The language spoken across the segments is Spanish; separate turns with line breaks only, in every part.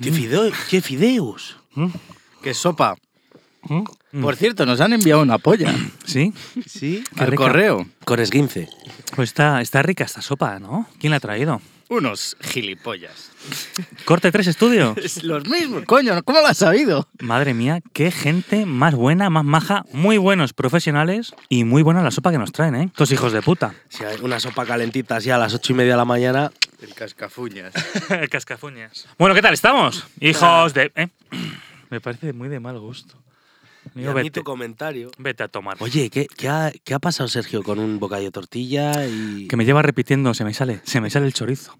¿Qué,
Mm.
fideo- qué fideos? ¿Qué sopa?
¿Mm?
Por cierto, nos han enviado una polla.
¿Sí?
Sí,
Qué
al
rica.
correo.
Con esguince.
Pues está, está rica esta sopa, ¿no? ¿Quién la ha traído?
Unos gilipollas.
Corte 3 Estudio.
Es los mismos, coño, ¿cómo lo has sabido?
Madre mía, qué gente más buena, más maja, muy buenos profesionales y muy buena la sopa que nos traen, ¿eh? Estos hijos de puta.
Si hay una sopa calentita así a las ocho y media de la mañana.
El cascafuñas.
Cascafuñas. Bueno, ¿qué tal estamos? Hijos de... ¿eh? Me parece muy de mal gusto.
Y
Amigo,
a mí
vete,
tu comentario.
vete a tomar.
Oye, ¿qué, qué ha, qué ha pasado, Sergio, con un bocadillo de tortilla y.
Que me lleva repitiendo, se me sale, se me sale el chorizo.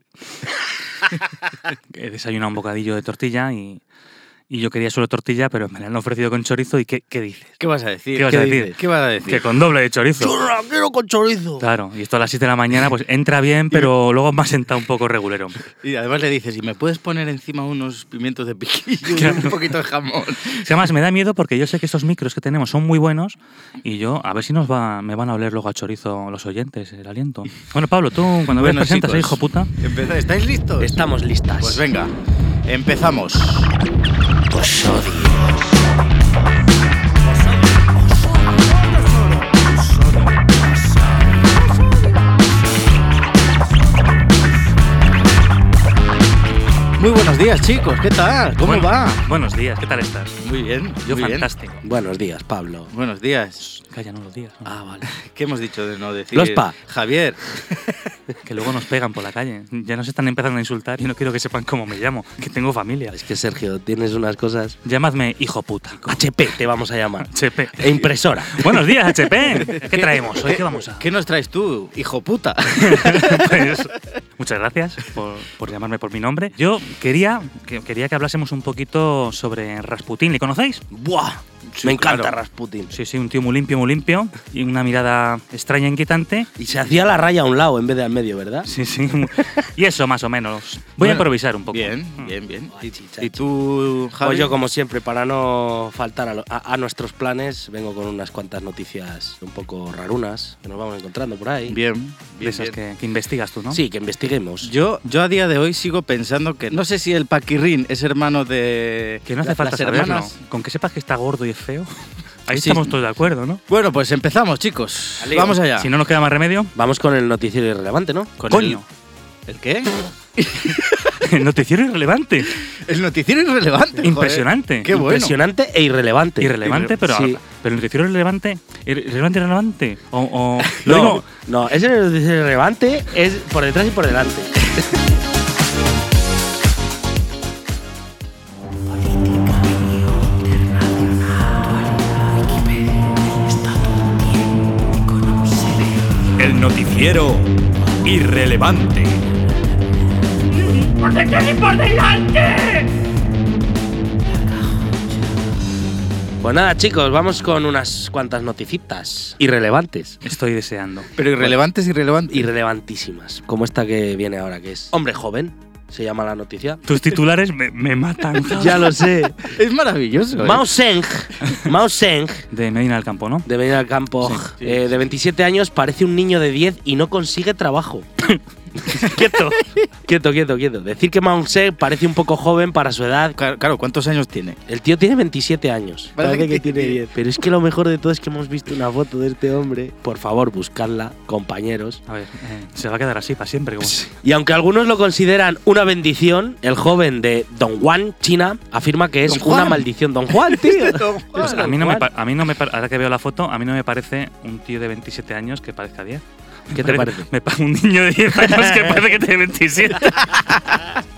He desayunado un bocadillo de tortilla y, y yo quería solo tortilla, pero me la han ofrecido con chorizo y ¿qué, qué dices?
¿Qué vas a decir?
¿Qué vas a decir?
¿Qué vas a
Que
decir?
con doble de chorizo.
¡Churra! ¡Quiero con chorizo!
Claro, y esto a las 7 de la mañana pues entra bien, pero luego me ha sentado un poco regulero.
Y además le dices, ¿y me puedes poner encima unos pimientos de piquillo y un poquito de jamón?
Es que Además, me da miedo porque yo sé que estos micros que tenemos son muy buenos y yo, a ver si nos va, me van a oler luego a chorizo los oyentes, el aliento. Bueno, Pablo, tú cuando
Bueno,
veas presentas, ¿eh,
chicos,
hijo puta.
empezad. ¿Estáis listos?
Estamos listas.
Pues venga, empezamos.
Os odio.
Muy buenos días, chicos. ¿Qué tal? ¿Cómo
Bueno,
va?
Buenos días, ¿qué tal estás?
Muy bien.
Yo
muy bien.
fantástico.
Buenos días, Pablo.
Buenos días.
Calla, no los digas. ¿no?
Ah, vale.
¿Qué hemos dicho de no decir?
Los pa.
Javier.
Que luego nos pegan por la calle. Ya nos están empezando a insultar y no quiero que sepan cómo me llamo, que tengo familia.
Es que, Sergio, tienes unas cosas.
Llamadme hijo puta.
HP te vamos a llamar.
HP.
e impresora.
Buenos días, HP. ¿Qué traemos? Hoy qué vamos a.
¿Qué nos traes tú, hijo puta?
Pues, muchas gracias por, por llamarme por mi nombre. Yo quería que, quería que hablásemos un poquito sobre Rasputín. ¿Le conocéis?
¡Buah!
Sí,
Me encanta
claro.
Rasputin.
Sí, sí, un tío muy limpio, muy limpio y una mirada extraña, e inquietante.
Y se hacía la raya a un lado en vez de al medio, ¿verdad?
Sí, sí. muy- Y eso, más o menos. Voy
Bueno,
a improvisar un poco.
Bien,
Mm.
bien, bien.
Ay, chichachi.
¿Y, y tú,
Pues
Javier?
yo, como siempre, para no faltar a, lo- a- a nuestros planes, vengo con unas cuantas noticias un poco rarunas que nos vamos encontrando por ahí.
Bien,
De
bien,
esas
bien.
que, que investigas tú, ¿no?
Sí, que investiguemos.
Yo, yo a día de hoy sigo pensando que no sé si el Paquirrín es hermano de
Que no hace
la-
falta
las
saberlo.
hermanas.
Con que sepas que está gordo y es feo. Ahí
Sí.
estamos todos de acuerdo, ¿no?
Bueno, pues empezamos, chicos.
Al lío.
Vamos allá.
Si no nos queda más remedio,
Vamos con el noticiero irrelevante, ¿no?
Con
coño.
El, ¿El qué?
Noticiero irrelevante.
El noticiero irrelevante. joder.
Impresionante.
Qué bueno.
Impresionante e irrelevante.
Irrelevante, pero,
Sí.
pero el noticiero irrelevante. ir- Irrelevante, irrelevante. O, o- lo
No,
digo-
no, ese noticiero irrelevante es por detrás y por delante.
El noticiero irrelevante.
¡Por detrás y por delante!
Pues nada, chicos, vamos con unas cuantas noticitas irrelevantes.
Estoy deseando.
Pero irrelevante es irrelevante.
Irrelevantísimas. Como esta que viene ahora, que es Hombre Joven, se llama la noticia.
Tus titulares me, me matan.
Ya lo sé.
Es maravilloso. ¿eh?
Mao Zedong, Mao Zedong,
De Medina del Campo, ¿no?
de venir al campo,
sí.
eh, de 27 años, parece un niño de 10 y no consigue trabajo.
Quieto.
Quieto, quieto, quieto. Decir que Mao Zedong parece un poco joven para su edad.
Claro, claro, ¿cuántos años tiene?
El tío tiene 27 años.
Parece que tiene 10.
Pero es que lo mejor de todo es que hemos visto una foto de este hombre. Por favor, buscadla, compañeros.
A ver, eh, se va a quedar así para siempre. como-
Y aunque algunos lo consideran una bendición, el joven de Don Juan, China, afirma que es
Don Juan. Este
una maldición. Don Juan, tío.
Pues
Claro,
a mí no me,
Juan.
pa- a mí no me pa- ahora que veo la foto, a mí no me parece un tío de 27 años que parezca 10.
¿Qué te parece?
Me parece un niño de 10 años que parece que tiene 27.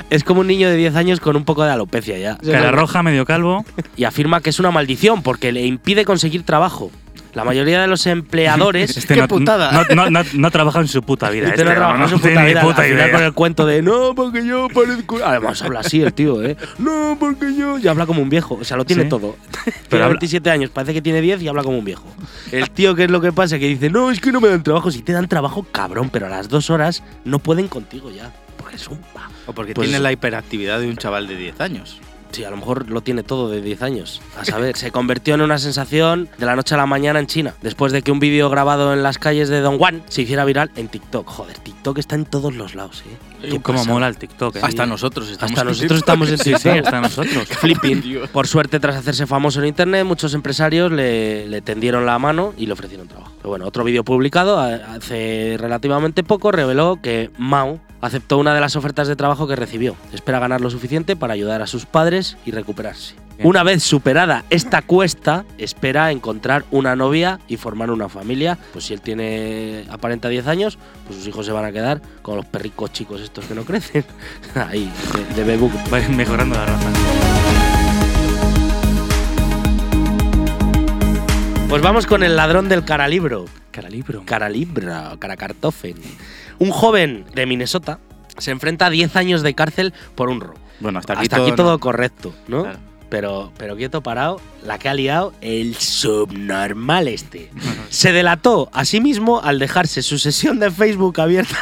Es como un niño de 10 años con un poco de alopecia ya.
Cara roja, medio calvo.
Y afirma que es una maldición porque le impide conseguir trabajo. La mayoría de los empleadores
Este
¡Qué
no,
putada!
No, no, no- no ha trabajado en su puta vida.
Este
este,
no trabaja en su puta
tiene ni
vida,
puta
al final
idea.
con el cuento de no, porque yo parezco. Además habla así el tío, ¿eh? No, porque yo. Y habla como un viejo, o sea, lo tiene
Sí.
todo.
Pero
tiene
habla-
27 años, parece que tiene 10 y habla como un viejo. El tío, ¿qué es lo que pasa? Que dice, no, es que no me dan trabajo. Si te dan trabajo, cabrón, pero a las dos horas no pueden contigo ya. Porque es un. vago.
O porque
Pues-
tiene la hiperactividad de un chaval de 10 años.
Sí, a lo mejor lo tiene todo de 10 años. A saber, se convirtió en una sensación de la noche a la mañana en China, después de que un vídeo grabado en las calles de Dongguan se hiciera viral en TikTok. Joder, TikTok está en todos los lados, ¿eh?
Tú, Cómo
pasa?
mola el TikTok. ¿eh?
Hasta nosotros estamos
Hasta
en
nosotros
TikTok.
estamos en
Sí, sí,
TikTok.
hasta nosotros.
Flipping. Por suerte, tras hacerse famoso en internet, muchos empresarios le, le tendieron la mano y le ofrecieron trabajo. Pero bueno, otro vídeo publicado a- hace relativamente poco reveló que Mao aceptó una de las ofertas de trabajo que recibió. Espera ganar lo suficiente para ayudar a sus padres y recuperarse.
Bien.
Una vez superada esta cuesta, espera encontrar una novia y formar una familia. Pues si él tiene aparenta 10 años, pues sus hijos se van a quedar con los perricos chicos estos que no crecen. Ahí, de, de Bebook.
Va mejorando la raza.
Pues vamos con el ladrón del caralibro.
Cara libro.
Caralibra, caracartofen. Un joven de Minnesota se enfrenta a 10 años de cárcel por un robo.
Bueno, hasta
Hasta
aquí,
aquí,
todo.
todo correcto, ¿no?
Claro.
Pero, pero quieto parado, la que ha liado el subnormal este. Se delató a sí mismo al dejarse su sesión de Facebook abierta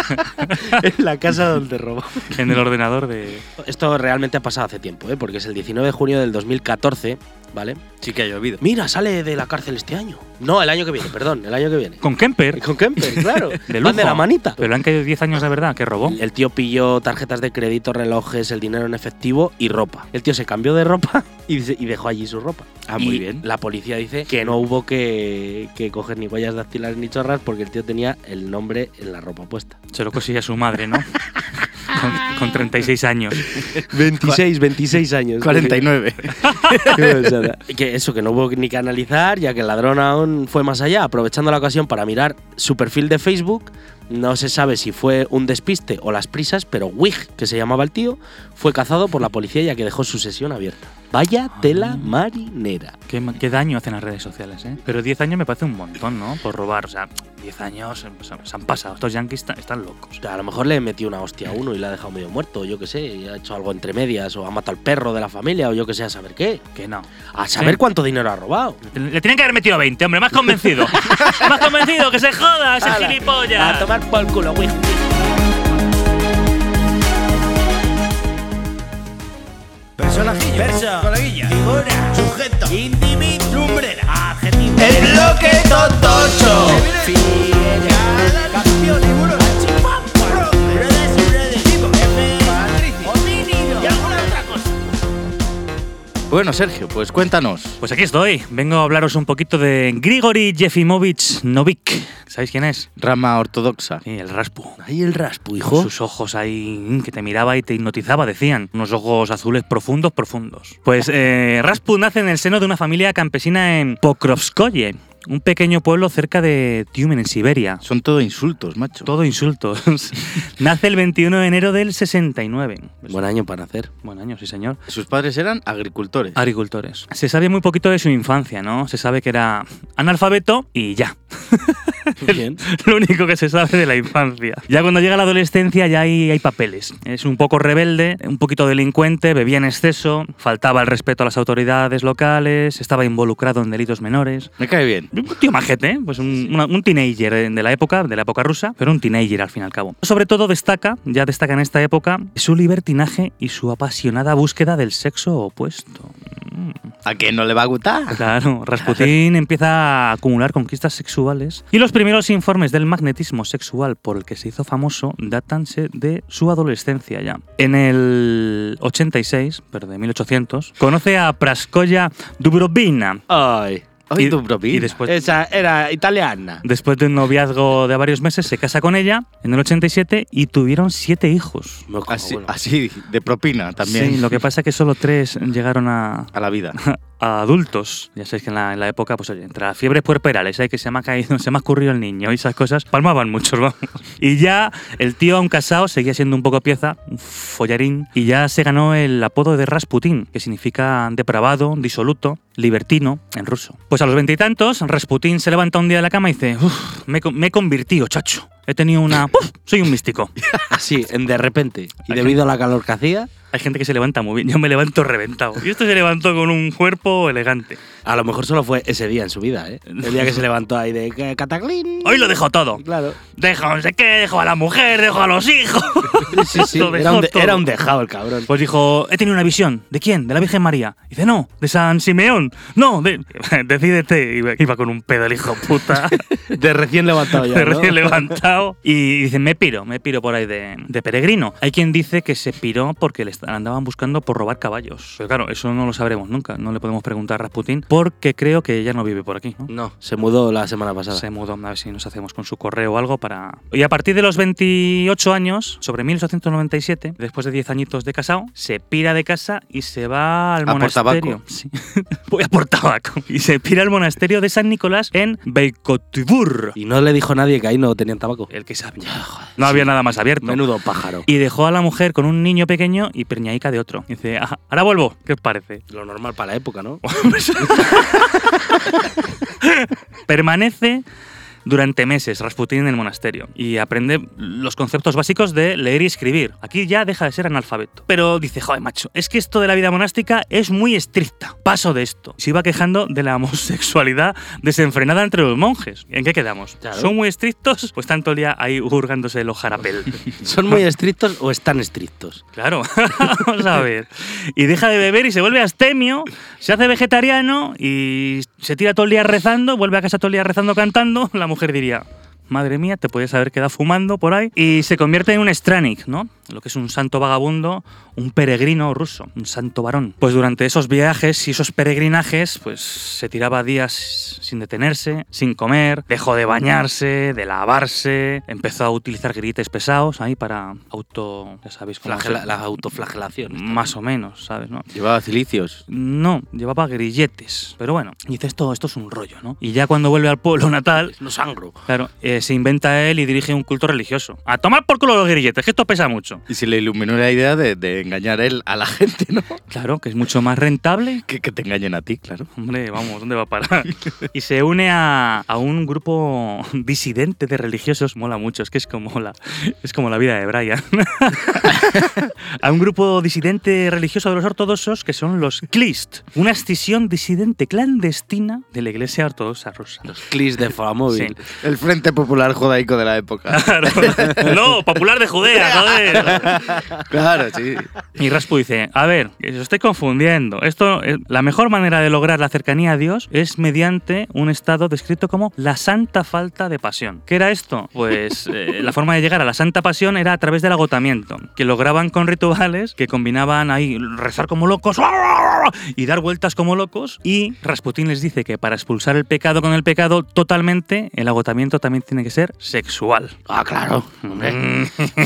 en la casa donde robó.
En el ordenador de.
Esto realmente ha pasado hace tiempo, ¿eh? porque es el 19 de junio del 2014, ¿vale?
Sí que ha llovido.
Mira, sale de la cárcel este año. No, el año que viene, perdón, el año que viene.
Con Kemper.
Con Kemper, claro.
De lujo.
Van de la manita.
Pero le han caído 10 años de verdad, que robó.
El tío pilló tarjetas de crédito, relojes, el dinero en efectivo y ropa. El tío se cambió de ropa y, se- y dejó allí su ropa.
Ah, muy
Y
bien.
La policía dice que no hubo que, que coger ni huellas dactilares ni chorras porque el tío tenía el nombre en la ropa puesta.
Se lo cosía a su madre, ¿no? con, con 36 años.
26, 26 años.
49.
Qué pesada. que eso, que no hubo ni que analizar, ya que el ladrón aún fue más allá, aprovechando la ocasión para mirar su perfil de Facebook. No se sabe si fue un despiste o las prisas, pero Wig, que se llamaba el tío, fue cazado por la policía ya que dejó su sesión abierta. Vaya tela marinera.
Qué, ma- qué daño hacen las redes sociales, ¿eh? Pero 10 años me parece un montón, ¿no? Por robar. O sea, 10 años eh, pues, se han pasado. Estos yankees ta- están locos.
O sea, a lo mejor le metió una hostia a uno y la ha dejado medio muerto, o yo qué sé, y ha hecho algo entre medias, o ha matado al perro de la familia, o yo qué sé, a saber qué.
Que no.
A saber cuánto dinero ha robado.
Le tienen que haber metido 20, hombre, más convencido. más convencido, que se joda ese
Ala,
gilipollas.
A tomar por el culo, Wig.
Personajillo. Verso. Coleguilla. Figura. Sujeto. Individuo. Lumbrera. Adjetivo. El bloque totocho. Figada. Campeón. Tiburón. Achipapa. Brothers. Brothers. Tipo. F. Patricio. Homínido. Y alguna otra cosa.
Bueno, Sergio, pues cuéntanos.
Pues aquí estoy. Vengo a hablaros un poquito de Grigori Yefimovich Novik. ¿Sabéis quién es?
Rama ortodoxa.
Sí, el Raspu.
Ahí el raspo,
Con
hijo.
Sus ojos ahí mm, que te miraba y te hipnotizaba, decían. Unos ojos azules profundos, profundos. Pues eh, Raspu nace en el seno de una familia campesina en Pokrovskoye, un pequeño pueblo cerca de Tiumen, en Siberia.
Son todo insultos, macho.
Todo insultos. nace el 21 de enero del 69. Pues,
Buen año para hacer.
buen año, sí señor.
Sus padres eran agricultores.
Agricultores. Se sabe muy poquito de su infancia, ¿no? Se sabe que era analfabeto y ya.
Bien.
lo único que se sabe de la infancia. Ya cuando llega la adolescencia ya hay, hay papeles. Es un poco rebelde, un poquito delincuente, bebía en exceso, faltaba el respeto a las autoridades locales, estaba involucrado en delitos menores.
Me cae bien.
Un tío majete, ¿eh? pues un, una- un teenager eh, de la época, de la época rusa, pero un teenager al fin y al cabo. Sobre todo destaca, ya destaca en esta época, su libertinaje y su apasionada búsqueda del sexo opuesto.
¿A quién no le va a gustar?
Claro, Rasputín empieza a acumular conquistas sexuales y los primeros informes del magnetismo sexual por el que se hizo famoso datanse de su adolescencia ya. En el 86, pero de 1800, conoce a Praskoya Dubrovina.
Ay.
Ay,
Y-
Dubrovina.
y después
Esa era italiana.
Después de un noviazgo de varios meses, se casa con ella en el 87 y tuvieron siete hijos.
Así, así, de propina Ah, también.
Sí, lo que pasa es que solo tres llegaron a,
A la vida.
a adultos. Ya sabéis que en la, en la época, pues oye, entre las fiebres puerperales, hay que se me ha caído, se me ha escurrido el niño y esas cosas, palmaban muchos, vamos. Y ya el tío, aun casado, seguía siendo un poco pieza, un follarín, y ya se ganó el apodo de Rasputín, que significa depravado, disoluto, libertino, en ruso. Pues a los veintitantos, Rasputín se levanta un día de la cama y dice, "Uf, me, he co- me he convertido, chacho. He tenido una. ¡Puf! Soy un místico.
Así, en de repente. Y debido a la calor que hacía,
Hay gente que se levanta muy bien. Yo me levanto reventado. Y este se levantó con un cuerpo elegante.
a lo mejor solo fue ese día en su vida, ¿eh? El día que se levantó ahí de "Eh, Cataclín.
Hoy lo dejo todo.
Claro.
Dejo no sé qué, dejo a la mujer, dejo a los hijos.
Sí, sí,
Lo
era, un de-
dejó todo.
era un dejado el cabrón.
Pues dijo, he tenido una visión. ¿De quién? ¿De la Virgen María? dice, no, de San Simeón. No, de... Decídete. Iba- Iba con un pedo el hijo puta.
De recién levantado ya.
de
¿no?
recién levantado. Y dice, me piro, me piro por ahí de, de peregrino. Hay quien dice que se piró porque le est- andaban buscando por robar caballos. Pero claro, eso no lo sabremos nunca. No le podemos preguntar a Rasputin porque creo que ya no vive por aquí. ¿no?
No, se mudó la semana pasada.
Se mudó, a ver si nos hacemos con su correo o algo para... Y a partir de los 28 años, sobre 1897, después de 10 añitos de casado, se pira de casa y se va al
A por
monasterio.
tabaco.
Sí. Voy a por tabaco. Y se pira al monasterio de San Nicolás en Beicotibur.
Y no le dijo nadie que ahí no tenían tabaco.
El que sabe. no había nada más abierto.
Menudo pájaro.
Y dejó a la mujer con un niño pequeño y perñaica de otro. Y dice, "Ah, ahora vuelvo. ¿Qué os parece?
Lo normal para la época, ¿no?
Permanece durante meses Rasputín en el monasterio y aprende los conceptos básicos de leer y escribir. Aquí ya deja de ser analfabeto. Pero dice, joder, macho, es que esto de la vida monástica es muy estricta. Paso de esto. Se iba quejando de la homosexualidad desenfrenada entre los monjes. ¿En qué quedamos?
Claro.
¿Son muy estrictos? Pues tanto el día ahí hurgándose los jarapel.
¿Son muy estrictos o están estrictos?
Claro, vamos a ver. Y deja de beber y se vuelve astemio, se hace vegetariano y se tira todo el día rezando, vuelve a casa todo el día rezando, cantando. La mujer diría, madre mía, te podías haber quedado fumando por ahí. Y se convierte en un stranic, ¿no? Lo que es un santo vagabundo, un peregrino ruso, un santo varón. Pues durante esos viajes y esos peregrinajes, pues se tiraba días sin detenerse, sin comer, dejó de bañarse, de lavarse, empezó a utilizar grilletes pesados ahí para auto, ya sabéis, cómo se-
Flagela- las autoflagelaciones.
más o menos, ¿sabes? No,
Llevaba cilicios.
no llevaba grilletes. Pero bueno, dice esto, esto es un rollo, ¿no? Y ya cuando vuelve al pueblo natal,
No sangro.
claro, eh, se inventa él y dirige un culto religioso. A tomar por culo los grilletes, que esto pesa mucho.
Y se le iluminó la idea de, de engañar él a la gente, ¿no?
Claro, que es mucho más rentable.
Que, que te engañen a ti, claro.
Hombre, vamos, ¿dónde va a parar? Y se une a, a un grupo disidente de religiosos, mola mucho, es que es como la, es como la vida de Brian. a un grupo disidente religioso de los ortodoxos que son los Klist, una escisión disidente clandestina de la Iglesia Ortodoxa Rusa.
Los clics de Falamóvil.
Sí.
El Frente Popular Judaico de la época.
Claro. No, popular de Judea, joder.
claro, sí.
Y Raspu dice, a ver, os estoy confundiendo. Esto, eh, la mejor manera de lograr la cercanía a Dios es mediante un estado descrito como la santa falta de pasión. ¿Qué era esto? Pues eh, la forma de llegar a la santa pasión era a través del agotamiento, que lograban con rituales que combinaban ahí rezar como locos ¡ah, y dar vueltas como locos. Y Rasputín les dice que para expulsar el pecado con el pecado totalmente, el agotamiento también tiene que ser sexual.
Ah, claro.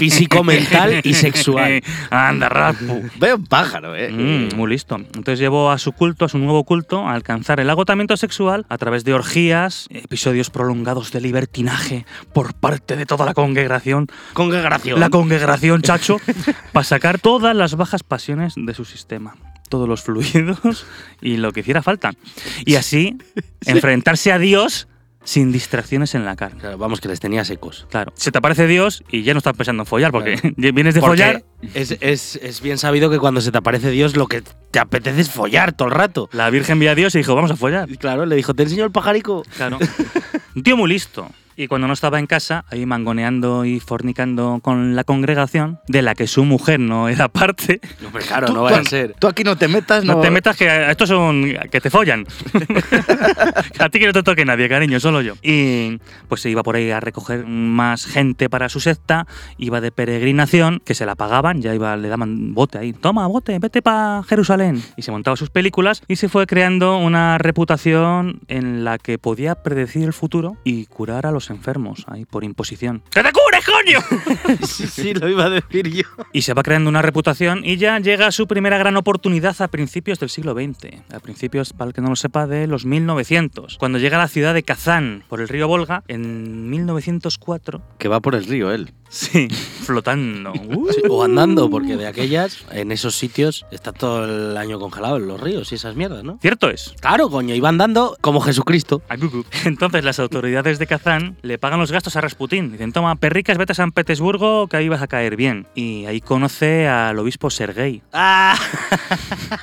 Físico, mental y sexual.
Anda, Raspu.
Veo un pájaro, ¿eh?
Mm, muy listo. Entonces llevó a su culto, a su nuevo culto, a alcanzar el agotamiento sexual a través de orgías, episodios prolongados de libertinaje por parte de toda la congregación.
Congregación.
La congregación, chacho, para sacar todas las bajas pasiones de su sistema. Todos los fluidos y lo que hiciera falta. Y así enfrentarse a Dios sin distracciones en la carne.
Claro, vamos, que les tenía secos.
Claro, se te aparece Dios y ya no estás pensando en follar porque vienes de
Porque
follar.
Es, es- es bien sabido que cuando se te aparece Dios, lo que te apetece es follar todo el rato.
La Virgen vio a Dios y dijo, vamos a follar.
Y claro, le dijo, te enseño el pajarico.
Claro. Un tío muy listo. Y cuando no estaba en casa, ahí mangoneando y fornicando con la congregación, de la que su mujer no era parte,
No, pero claro,
Tú-
no
tú
vaya a
aquí-
ser.
Tú aquí no te metas,
no,
no.
te metas que a- estos son. que te follan. a ti que no te toque nadie, cariño, solo yo. Y pues se iba por ahí a recoger más gente para su secta, iba de peregrinación, que se la pagaban, ya iba, le daban bote ahí. Toma, bote, vete para Jerusalén. Y se montaba sus películas y se fue creando una reputación en la que podía predecir el futuro y curar a los enfermos ahí por imposición. ¡Que te cures, coño!
sí, sí, lo iba a decir yo.
Y se va creando una reputación y ya llega su primera gran oportunidad a principios del siglo XX. A principios, para el que no lo sepa, de los 1900. Cuando llega a la ciudad de Kazán por el río Volga en 1904.
Que va por el río él.
Sí, flotando. Uh.
Sí, o andando, porque de aquellas, en esos sitios, está todo el año congelado en los ríos y esas mierdas, ¿no?
Cierto es.
Claro, coño, iba andando como Jesucristo.
Ay, cucú. Entonces las autoridades de Kazán le pagan los gastos a Rasputín. Dicen, toma, perricas, vete a San Petersburgo, que ahí vas a caer bien. Y ahí conoce al obispo Sergei.
¡Ah!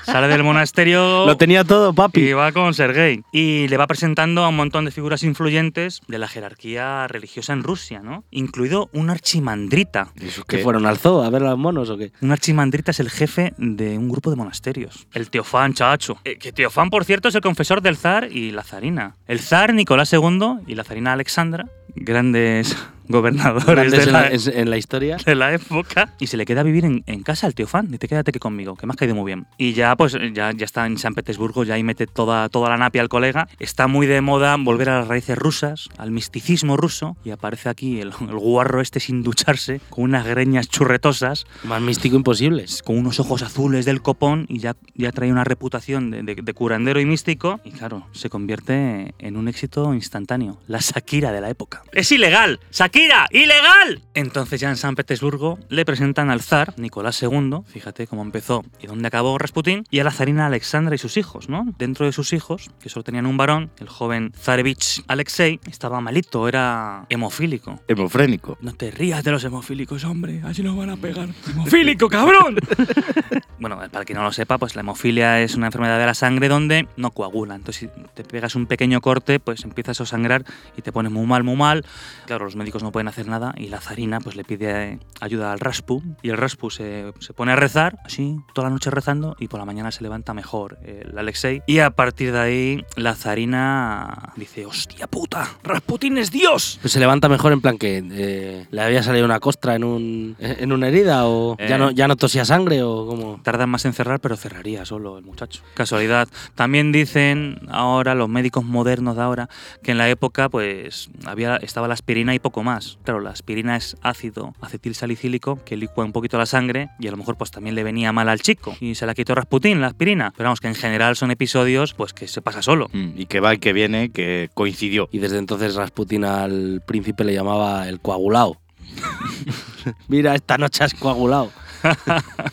Sale del monasterio
Lo tenía todo, papi.
y va con Sergei. Y le va presentando a un montón de figuras influyentes de la jerarquía religiosa en Rusia, ¿no? Incluido un archimandrita.
¿Que fueron al zoo a ver a los monos o qué?
Un archimandrita es el jefe de un grupo de monasterios. El Teofán, chacho. Eh, que Teofán, por cierto, es el confesor del zar y la zarina. El zar Nicolás II y la zarina Alexandra, grandes gobernadores
Grandes
de
en,
la,
la, es- en la historia.
de la época. Y se le queda a vivir en, en casa al Teofán. Dice, quédate aquí conmigo, que me has caído muy bien. Y ya, pues, ya, ya está en San Petersburgo, ya ahí mete toda, toda la napia al colega. Está muy de moda volver a las raíces rusas, al misticismo ruso. Y aparece aquí el, el guarro este sin ducharse, con unas greñas churretosas
Más místico imposible.
pues, con unos ojos azules del copón y ya, ya trae una reputación de, de- de curandero y místico. Y claro, se convierte en un éxito instantáneo. La Shakira de la época. ¡Es ilegal! ¡Shakira! ¡Ilegal! Entonces ya en San Petersburgo le presentan al zar Nicolás II, fíjate cómo empezó y dónde acabó Rasputín, y a la zarina Alexandra y sus hijos, ¿no? Dentro de sus hijos, que solo tenían un varón, el joven zarevich Alexei, estaba malito, era hemofílico.
Hemofrénico.
No te rías de los hemofílicos, hombre. Así nos van a pegar. ¡Hemofílico, cabrón! bueno, para quien no lo sepa, pues la hemofilia es una enfermedad de la sangre donde no coagula. Entonces, si te pegas un pequeño corte, pues empiezas a sangrar y te pones muy mal, muy mal. Claro, los médicos no pueden hacer nada y la zarina pues le pide eh, ayuda al raspu. Y el raspu se, se pone a rezar, así, toda la noche rezando y por la mañana se levanta mejor eh, el Alexei. Y a partir de ahí, la zarina dice, ¡hostia puta! ¡Rasputin es Dios!
Pues se levanta mejor en plan que eh, le había salido una costra en, un, en una herida o
Eh.
ya, no, ya no tosía sangre o como...
Tardan más en cerrar, pero cerraría solo el muchacho. Casualidad. También dicen ahora los médicos modernos de ahora que en la época pues había estaba la aspirina y poco más. Claro, la aspirina es ácido acetil salicílico que licua un poquito la sangre y a lo mejor pues también le venía mal al chico y se la quitó Rasputín la aspirina. Pero vamos que en general son episodios pues que se pasa solo.
Mm, Y que va y que viene, que coincidió.
Y desde entonces Rasputin al príncipe le llamaba el coagulao. Mira, esta noche has coagulado.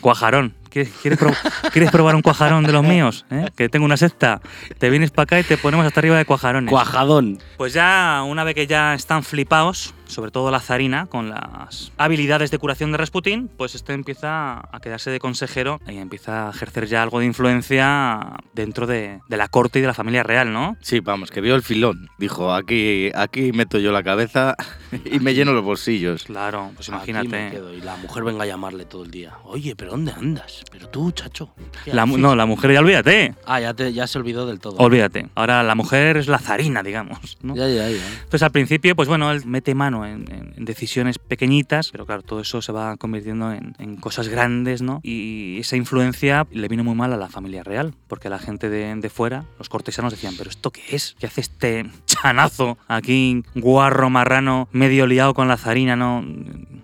Cuajarón. ¿Quieres, quieres pro- ¿quieres probar un cuajarón de los míos? eh? Que tengo una secta. Te vienes para acá y te ponemos hasta arriba de cuajarones.
Cuajadón.
Pues ya, una vez que ya están flipados, sobre todo la zarina, con las habilidades de curación de Rasputín, pues este empieza a quedarse de consejero y empieza a ejercer ya algo de influencia dentro de, de la corte y de la familia real, ¿no?
Sí, vamos, que vio el filón. Dijo, aquí, aquí meto yo la cabeza y me lleno los bolsillos.
Claro, pues
Aquí me
imagínate.
quedo. Y la mujer venga a llamarle todo el día. Oye, ¿pero dónde andas? Pero tú, chacho. ¿qué
La mu-
haces?".
no, la mujer, ya olvídate.
Ah, ya, te- ya se olvidó del todo.
Olvídate. Ahora la mujer es la zarina, digamos. ¿no?
Ya, ya, ya.
Entonces al principio, pues bueno, él mete mano en, en- en decisiones pequeñitas, pero claro, todo eso se va convirtiendo en, en cosas grandes, ¿no? Y esa influencia le vino muy mal a la familia real, porque la gente de, de fuera, los cortesanos decían, pero ¿esto qué es? ¿Qué hace este chanazo aquí, guarro marrano, medio liado con la zarina, no?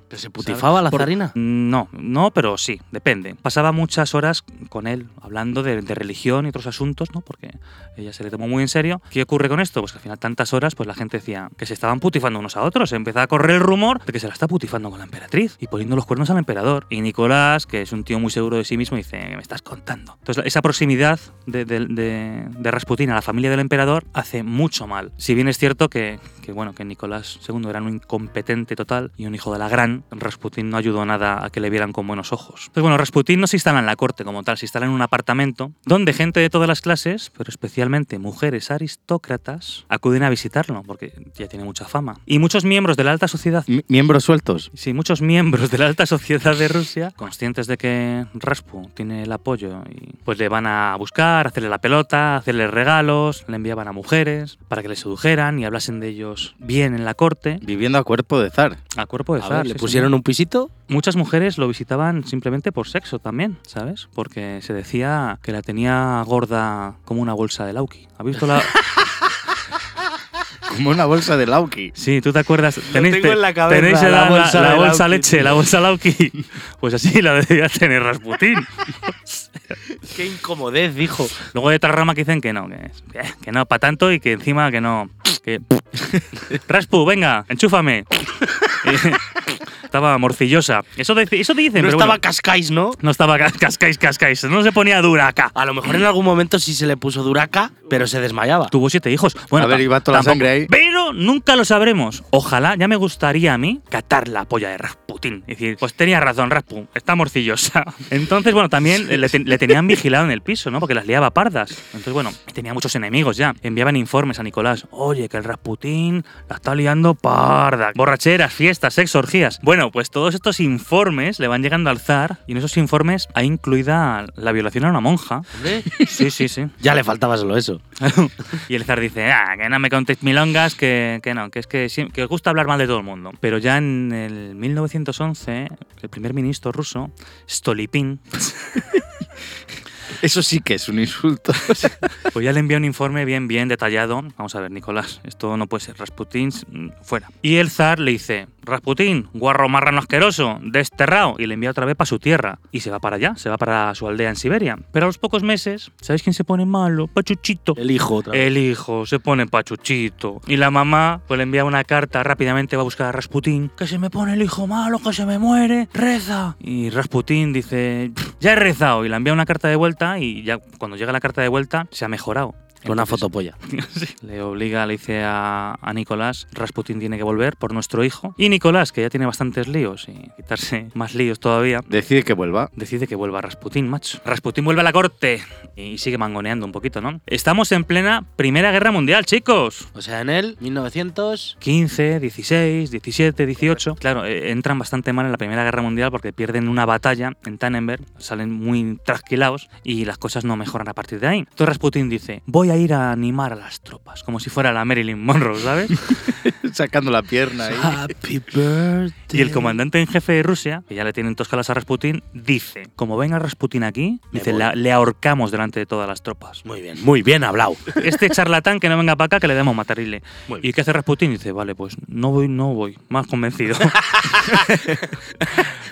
¿Pero se putifaba la
Por-
zarina?
No, no, pero sí, depende. Pasaba muchas horas con él hablando de, de religión y otros asuntos, ¿no? Porque ella se le tomó muy en serio. ¿Qué ocurre con esto? Pues que al final tantas horas, pues la gente decía que se estaban putifando unos a otros. Empezaba a correr el rumor de que se la está putifando con la emperatriz y poniendo los cuernos al emperador. Y Nicolás, que es un tío muy seguro de sí mismo, dice, me estás contando. Entonces esa proximidad de, de- de- de Rasputín a la familia del emperador hace mucho mal. Si bien es cierto que, que, bueno, que Nicolás II era un incompetente total y un hijo de la gran, Rasputín no ayudó nada a que le vieran con buenos ojos. Entonces, bueno, Rasputín no se instala en la corte como tal, se instala en un apartamento donde gente de todas las clases, pero especialmente mujeres aristócratas, acuden a visitarlo porque ya tiene mucha fama. Y muchos miembros de la alta sociedad
Mi- Miembros sueltos.
Sí, muchos miembros de la alta sociedad de Rusia, conscientes de que Raspu tiene el apoyo, y pues le van a buscar, hacerle la pelota, hacerle regalos, le enviaban a mujeres para que le sedujeran y hablasen de ellos bien en la corte,
Viviendo a cuerpo de zar.
a cuerpo de
A
zar,
ver, le
sí,
pusieron un pisito.
Muchas mujeres lo visitaban simplemente por sexo también, ¿sabes? Porque se decía que la tenía gorda como una bolsa de lauki. ¿Has visto la...?
Como una bolsa de lauki.
Sí, ¿tú te acuerdas?
tengo en la cabeza,
tenéis
la
la,
bolsa
la
de
bolsa
Lauki,
leche,
tío.
la bolsa lauki. Pues así la debía tener Rasputín.
Qué incomodez, dijo.
Luego hay otra rama que dicen que no, que, que no, para tanto y que encima que no. que- Raspu, venga, enchúfame. Estaba morcillosa. Eso, de- eso te dicen,
No
pero
estaba
bueno,
cascáis, ¿no?
no estaba ca- cascáis, cascáis. No se ponía dura acá.
A lo mejor en algún momento sí se le puso duraca, pero se desmayaba.
Tuvo siete hijos. Bueno,
A ver,
ta-
iba toda la sangre ahí.
Pero nunca lo sabremos. Ojalá, ya me gustaría a mí catar la polla de Rasputin. Es decir, pues tenía razón, Rasputin, está morcillosa. Entonces, bueno, también le, ten- le tenían vigilado en el piso, ¿no? Porque las liaba pardas. Entonces, bueno, tenía muchos enemigos ya. Enviaban informes a Nicolás. Oye, que el Rasputin la está liando parda. Borracheras, fiestas, sexo, orgías. Bueno, pues todos estos informes le van llegando al zar y en esos informes hay incluida la violación a una monja. Sí, sí, sí.
Ya le faltaba solo eso.
Y el zar dice, ah, que no me contéis milongas, que, que no, que es que, siem- que os gusta hablar mal de todo el mundo. Pero ya en el 1911, el primer ministro ruso, Stolipin,
Eso sí que es un insulto.
pues ya le envía un informe bien, bien detallado. Vamos a ver, Nicolás, esto no puede ser. Rasputin, mm, fuera. Y el zar le dice, Rasputin, guarro marrano asqueroso, desterrado. Y le envía otra vez para su tierra. Y se va para allá, se va para su aldea en Siberia. Pero a los pocos meses, ¿sabéis quién se pone malo? Pachuchito.
El hijo otra vez.
El hijo se pone pachuchito. Y la mamá pues le envía una carta rápidamente, va a buscar a Rasputín. Que se me pone el hijo malo, que se me muere, reza. Y Rasputín dice, "Pff, ya he rezado. Y le envía una carta de vuelta y ya cuando llega la carta de vuelta se ha mejorado.
Con Eh, una
Entonces,
fotopolla.
Sí. Le obliga, le dice a, a Nicolás, Rasputín tiene que volver por nuestro hijo. Y Nicolás, que ya tiene bastantes líos y quitarse más líos todavía,
Decide que vuelva.
decide que vuelva Rasputín, macho. Rasputín vuelve a la corte y sigue mangoneando un poquito, ¿no? Estamos en plena Primera Guerra Mundial, chicos.
O sea, en él, 1900.
15, 16, 17, 18. Claro, eh, entran bastante mal en la Primera Guerra Mundial porque pierden una batalla en Tannenberg, salen muy trasquilados y las cosas no mejoran a partir de ahí. Entonces Rasputín dice, voy a ir a animar a las tropas, como si fuera la Marilyn Monroe, ¿sabes?
Sacando la pierna ahí.
Happy birthday.
Y el comandante en jefe de Rusia, que ya le tienen toscalas a Rasputín, dice, como venga Rasputín aquí,
Me
dice,
voy.
"la- le ahorcamos delante de todas las tropas.
Muy bien, muy bien hablado.
este charlatán que no venga para acá que le demos matarile.
Muy
¿Y qué hace Rasputin? Dice, vale, pues no voy, no voy. Más convencido.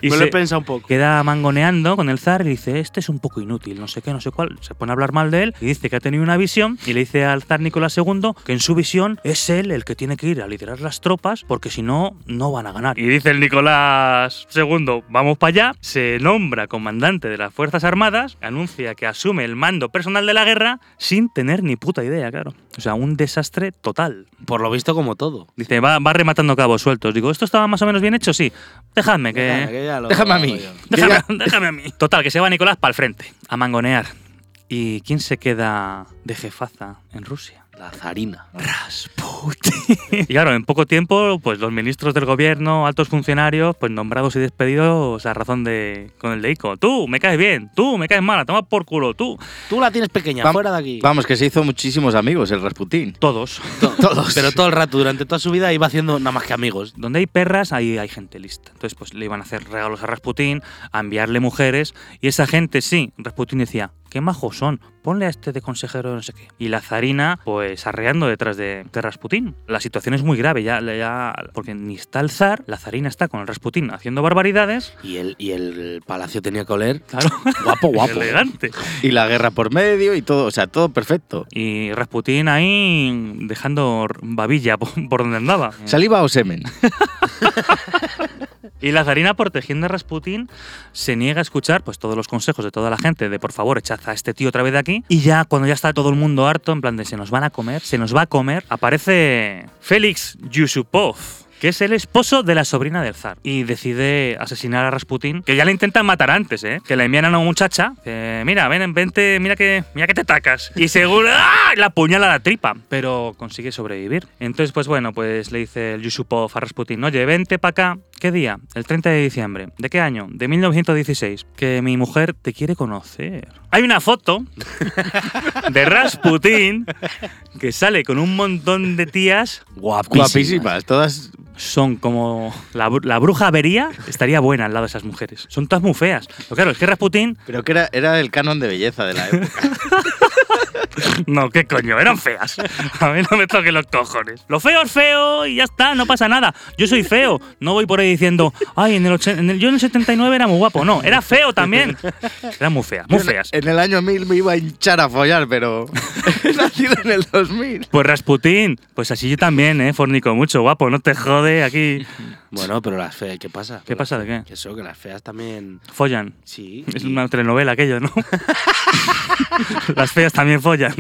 y
Me lo
se
he pensado un poco.
queda mangoneando con el zar y dice, este es un poco inútil, no sé qué, no sé cuál. Se pone a hablar mal de él y dice que ha tenido una visión y le dice al zar Nicolás II que en su visión es él el que tiene que ir a liderar las tropas porque si no, no van a ganar. Y dice el Nicolás II, vamos para allá, se nombra comandante de las Fuerzas Armadas, anuncia que asume el mando personal de la guerra sin tener ni puta idea, claro. O sea, un desastre total.
Por lo visto, como todo.
Dice, va, va rematando cabos sueltos. Digo, ¿esto estaba más o menos bien hecho? Sí. Dejadme que...
Déjame a mí.
Déjame, déjame a mí. Total, que se va Nicolás para el frente, a mangonear. ¿Y quién se queda de jefaza en Rusia?
La zarina.
Y claro, en poco tiempo, pues los ministros del gobierno, altos funcionarios, pues nombrados y despedidos a razón de. con el de ICO. Tú, me caes bien, tú, me caes mal, toma por culo, tú.
Tú la tienes pequeña,
Vam-
fuera de aquí.
Vamos, que se hizo muchísimos amigos el Rasputín.
Todos.
Todos.
Pero todo el rato, durante toda su vida, iba haciendo nada más que amigos.
Donde hay perras, ahí hay gente lista. Entonces, pues le iban a hacer regalos a Rasputín, a enviarle mujeres, y esa gente sí. Rasputín decía, qué majos son, ponle a este de consejero de no sé qué. Y la zarina, pues arreando detrás de, de Rasputín. La situación es muy grave, ya, ya, porque ni está el zar, la zarina está con el Rasputín haciendo barbaridades.
Y el, y el palacio tenía que oler
Claro,
guapo, guapo.
elegante.
Y la guerra por medio y todo. O sea, todo perfecto.
Y Rasputín ahí dejando babilla por, por donde andaba.
Saliva o semen.
Y la zarina, protegiendo a Rasputín, se niega a escuchar pues, todos los consejos de toda la gente de por favor, echad a este tío otra vez de aquí. Y ya cuando ya está todo el mundo harto, en plan de se nos van a comer, se nos va a comer, aparece Félix Yusupov, que es el esposo de la sobrina del zar. Y decide asesinar a Rasputín, que ya le intentan matar antes, ¿eh? Que le envían a una muchacha, eh, mira, ven, vente, mira que, mira que te tacas. Y seguro, ¡ah! la puñala a la tripa, pero consigue sobrevivir. Entonces, pues bueno, pues le dice el Yusupov a Rasputín, oye, vente para acá, ¿Qué día? El 30 de diciembre. ¿De qué año? De 1916. Que mi mujer te quiere conocer. Hay una foto de Rasputin que sale con un montón de tías.
Guapísimo.
Guapísimas. Todas.
Son como la, bru- la bruja avería. Estaría buena al lado de esas mujeres. Son todas muy feas. Pero claro, es que Rasputin...
Pero que era, era el canon de belleza de la época.
No, qué coño, eran feas. A mí no me toquen los cojones. Lo feo es feo y ya está, no pasa nada. Yo soy feo. No voy por ahí diciendo, ay, en el, ochen- en el- yo en el 79 era muy guapo. No, era feo también. Eran muy feas, muy feas.
eh.
En el año 1000 me iba a hinchar a follar, pero. he nacido en el 2000.
Pues Rasputín, pues así yo también, ¿eh? Fornico mucho, guapo, no te jodas. de aquí.
Bueno, pero las feas, ¿qué pasa?
¿Qué pasa de qué?
Que eso, que las feas también.
Follan.
Sí.
Es
y-
una telenovela aquello, ¿no? Las feas también follan.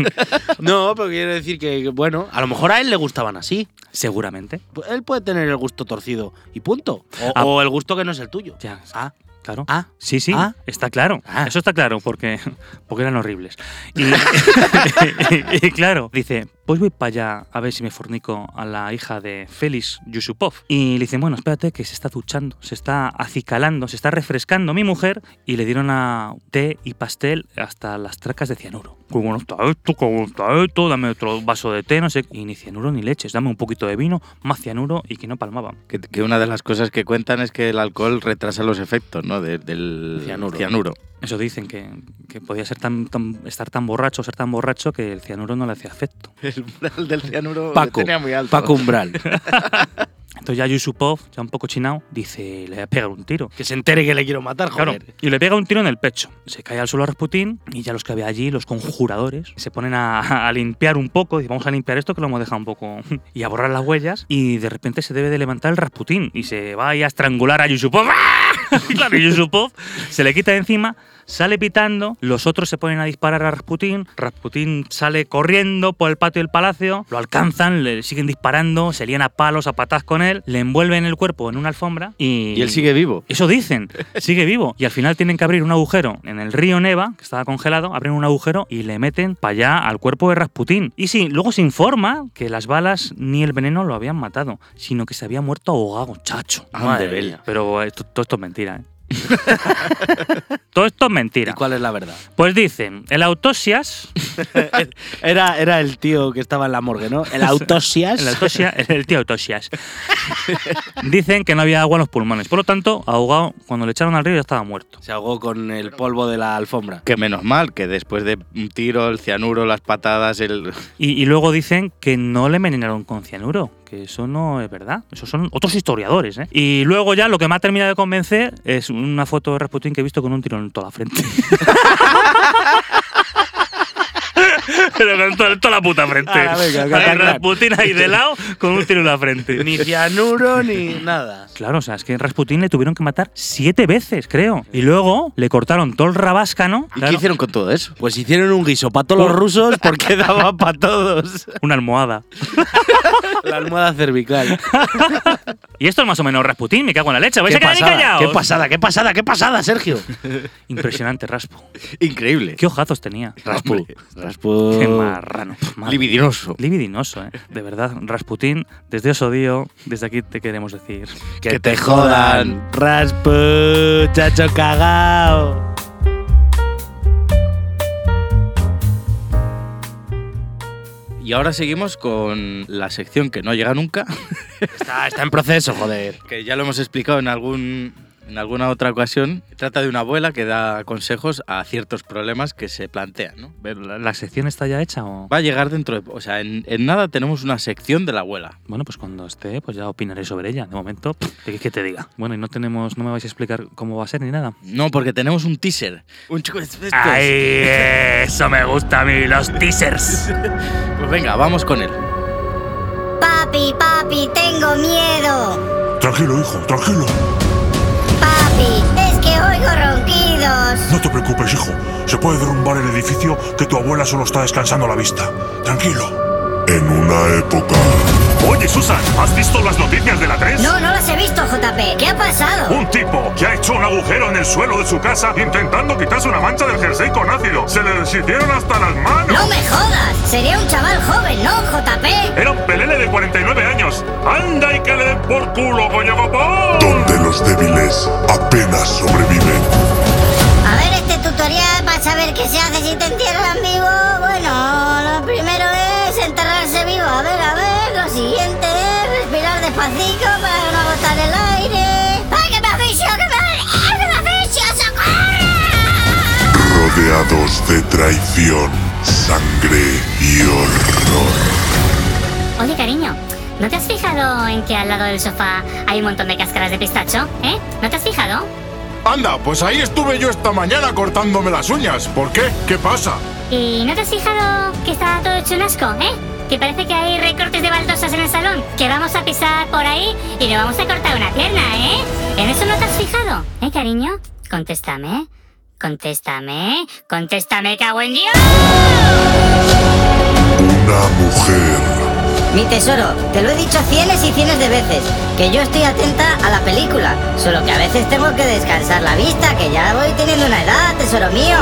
No, pero quiero decir que, bueno, a lo mejor a él le gustaban así.
Seguramente.
Pues Él puede tener el gusto torcido y punto. O,
Ah.
o el gusto que no es el tuyo.
Ya.
Ah,
Claro.
ah,
Sí, sí,
Ah.
está claro.
Ah.
Eso está claro, porque, porque eran horribles. Y, y claro, dice, pues voy para allá a ver si me fornico a la hija de Félix Yusupov. Y le dicen, bueno, espérate que se está duchando, se está acicalando, se está refrescando mi mujer. Y le dieron a té y pastel hasta las tracas de cianuro. Como no está esto, como está esto, dame otro vaso de té, no sé. Y ni cianuro ni leches, dame un poquito de vino, más cianuro y que no palmaban.
Que, que una de las cosas que cuentan es que el alcohol retrasa los efectos, ¿no? de- del
Cianuro.
Eso dicen, que, que podía ser tan, tan- estar tan borracho, ser tan borracho que el cianuro no le hacía efecto.
El umbral del cianuro
Paco.
lo tenía muy alto.
Paco Umbral.
Entonces ya Yusupov, ya un poco chinado, dice, le voy a pegar un tiro.
que se entere que le quiero matar,
Claro,
joder.
y le pega un tiro en el pecho. Se cae al suelo a Rasputín y ya los que había allí, los conjuradores, se ponen a, a limpiar un poco. Dicen, vamos a limpiar esto que lo hemos dejado un poco. y a borrar las huellas. Y de repente se debe de levantar el Rasputín y se va ahí a estrangular a Yusupov. ¡Ah! Y claro, Yusupov se le quita de encima. Sale pitando, los otros se ponen a disparar a Rasputín, Rasputín sale corriendo por el patio del palacio, lo alcanzan, le siguen disparando, se lían a palos, a patas con él, le envuelven el cuerpo en una alfombra y...
Y él sigue vivo.
Eso dicen, sigue vivo. Y al final tienen que abrir un agujero en el río Neva, que estaba congelado, abren un agujero y le meten para allá al cuerpo de Rasputín. Y sí, luego se informa que las balas ni el veneno lo habían matado, sino que se había muerto ahogado, chacho.
Ah,
Ande, vela.
mía. Pero esto- todo esto es mentira, ¿eh? todo esto es
¿Y
mentira.
cuál es la verdad?
Pues dicen, el autopsias,
Era, era el tío que estaba en la morgue, ¿no? El autosias.
el, autopsia- el tío autopsias, dicen que no había agua en los pulmones. Por lo tanto, ahogado, cuando le echaron al río ya estaba muerto.
Se ahogó con el polvo de la alfombra.
Que menos mal, que después de un tiro, el cianuro, las patadas, el.
Y, y luego dicen que no le envenenaron con cianuro, que eso no es verdad. Eso son otros historiadores, ¿eh? Y luego ya lo que me ha terminado de convencer es una foto de Rasputin que he visto con un tiro en toda la frente. Pero con to- toda la puta frente.
Ahora, Ah, venga,
Ahí
Cataclán.
Rasputin ahí de lado con un tiro en la frente.
Ni cianuro ni nada.
Claro, o sea, es que Rasputin le tuvieron que matar siete veces, creo. Y luego le cortaron todo el rabáscano.
¿Y
Claro,
qué hicieron con todo eso?
Pues hicieron un guiso para todos los rusos porque daba para todos.
Una almohada.
La almohada cervical.
Y esto es más o menos Rasputin, me cago en la leche. ¿Vais
¿Qué
a quedar ahí
pasada, qué
callados?
pasada, qué pasada, qué pasada, Sergio.
Impresionante, Raspu.
Increíble.
¿Qué ojazos tenía?
Raspu.
Raspu.
Qué marrano. Pf, madre.
Libidinoso.
Libidinoso, ¿eh? De verdad, Rasputín, desde os odio, desde aquí te queremos decir.
Que te jodan.
Raspu, chacho cagao.
Y ahora seguimos con la sección que no llega nunca,
Está, está en proceso, joder.
que ya lo hemos explicado en algún en alguna otra ocasión. Trata de una abuela que da consejos a ciertos problemas que se plantean, ¿no?
Ver, ¿La, la sección está ya hecha o...?
Va a llegar dentro de, o sea, en, en nada tenemos una sección de la abuela.
Bueno, pues cuando esté, pues ya opinaré sobre ella. De momento, pff, ¿qué quieres que te diga? Bueno, y no tenemos, no me vais a explicar cómo va a ser ni nada.
No, porque tenemos un teaser. Un chico
¡Ay, eso me gusta a mí, los teasers!
Pues venga, vamos con él.
Papi, papi, tengo miedo.
Tranquilo, hijo, tranquilo.
Papi, es que oigo ronquidos.
No te preocupes, hijo. Se puede derrumbar el edificio que tu abuela solo está descansando a la vista. Tranquilo. En una época.
Oye, Susan, ¿has visto las noticias de la 3?
No, no las he visto, JP. ¿Qué ha pasado?
Un tipo que ha hecho un agujero en el suelo de su casa intentando quitarse una mancha del jersey con ácido. Se le deshicieron hasta las manos.
No me jodas. Sería un chaval joven, ¿no, JP?
Era un pelele de 49 años. ¡Anda y que le den por culo, coño copón!
donde los débiles apenas sobreviven.
A ver este tutorial para saber qué se hace si te entierran vivo. Bueno, lo primero es enterrarse vivo. A ver, a ver. Lo siguiente es respirar despacito para no agotar el aire. ¡Ay, que me asfixio, que me... ¡Ay, que me asfixio! ¡Socorro!
Rodeados de traición, sangre y horror.
Oye, cariño, ¿no te has fijado en que al lado del sofá hay un montón de cáscaras de pistacho? ¿Eh? ¿No te has fijado?
Anda, pues ahí estuve yo esta mañana cortándome las uñas. ¿Por qué? ¿Qué pasa?
¿Y no te has fijado que está todo hecho un asco? ¿Eh? que parece que hay recortes de baldosas en el salón, que vamos a pisar por ahí y le vamos a cortar una pierna, ¿eh? ¿En eso no te has fijado? ¿Eh, cariño? Contéstame, contéstame, contéstame, cago en Dios.
Una mujer
Mi tesoro, te lo he dicho cienes y cienes de veces, que yo estoy atenta a la película, solo que a veces tengo que descansar la vista, que ya voy teniendo una edad, tesoro mío.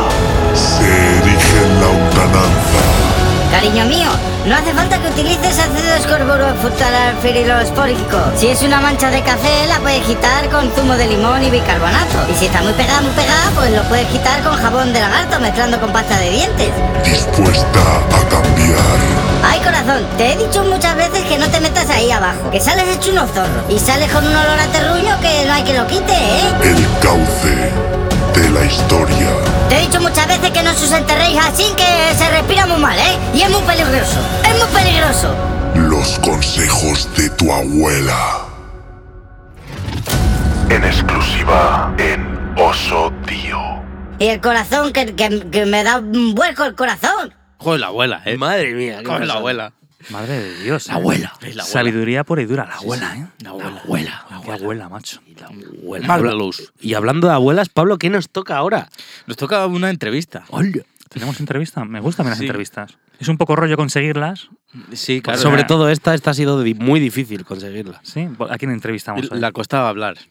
se erige en la lontananza.
Cariño mío, no hace falta que utilices ácido escorburofutaralfilosfórico. Si es una mancha de café, la puedes quitar con zumo de limón y bicarbonato. Y si está muy pegada, muy pegada, pues lo puedes quitar con jabón de lagarto mezclando con pasta de dientes.
Dispuesta a cambiar.
Ay, corazón, te he dicho muchas veces que no te metas ahí abajo, que sales hecho unos zorros. Y sales con un olor a terruño que no hay que lo quite, ¿eh?
El cauce de la historia.
Te he dicho muchas veces que no se os enterréis así, que se respira muy mal, ¿eh? Y es muy peligroso, es muy peligroso.
Los consejos de tu abuela. En exclusiva en Oso Tío.
Y el corazón, que, que- que me da un vuelco el corazón.
Joder, la abuela, ¿eh?
Madre mía. qué
Joder, la
pasada.
abuela.
Madre de Dios. eh.
La abuela. Es la abuela.
Sabiduría pura y dura. La abuela, ¿eh?
La abuela. abuela.
La abuela, macho.
Abuela.
Madre
Habla-
luz.
Y hablando de abuelas, Pablo, ¿qué nos toca ahora?
Nos toca una entrevista.
Oh,
¿Tenemos entrevista? Me gustan las
Sí.
entrevistas. Es un poco rollo conseguirlas.
Sí,
pues
claro.
Sobre
era-
todo esta, esta ha sido di- muy difícil conseguirla.
¿Sí? ¿A quién entrevistamos hoy?
La costaba hablar.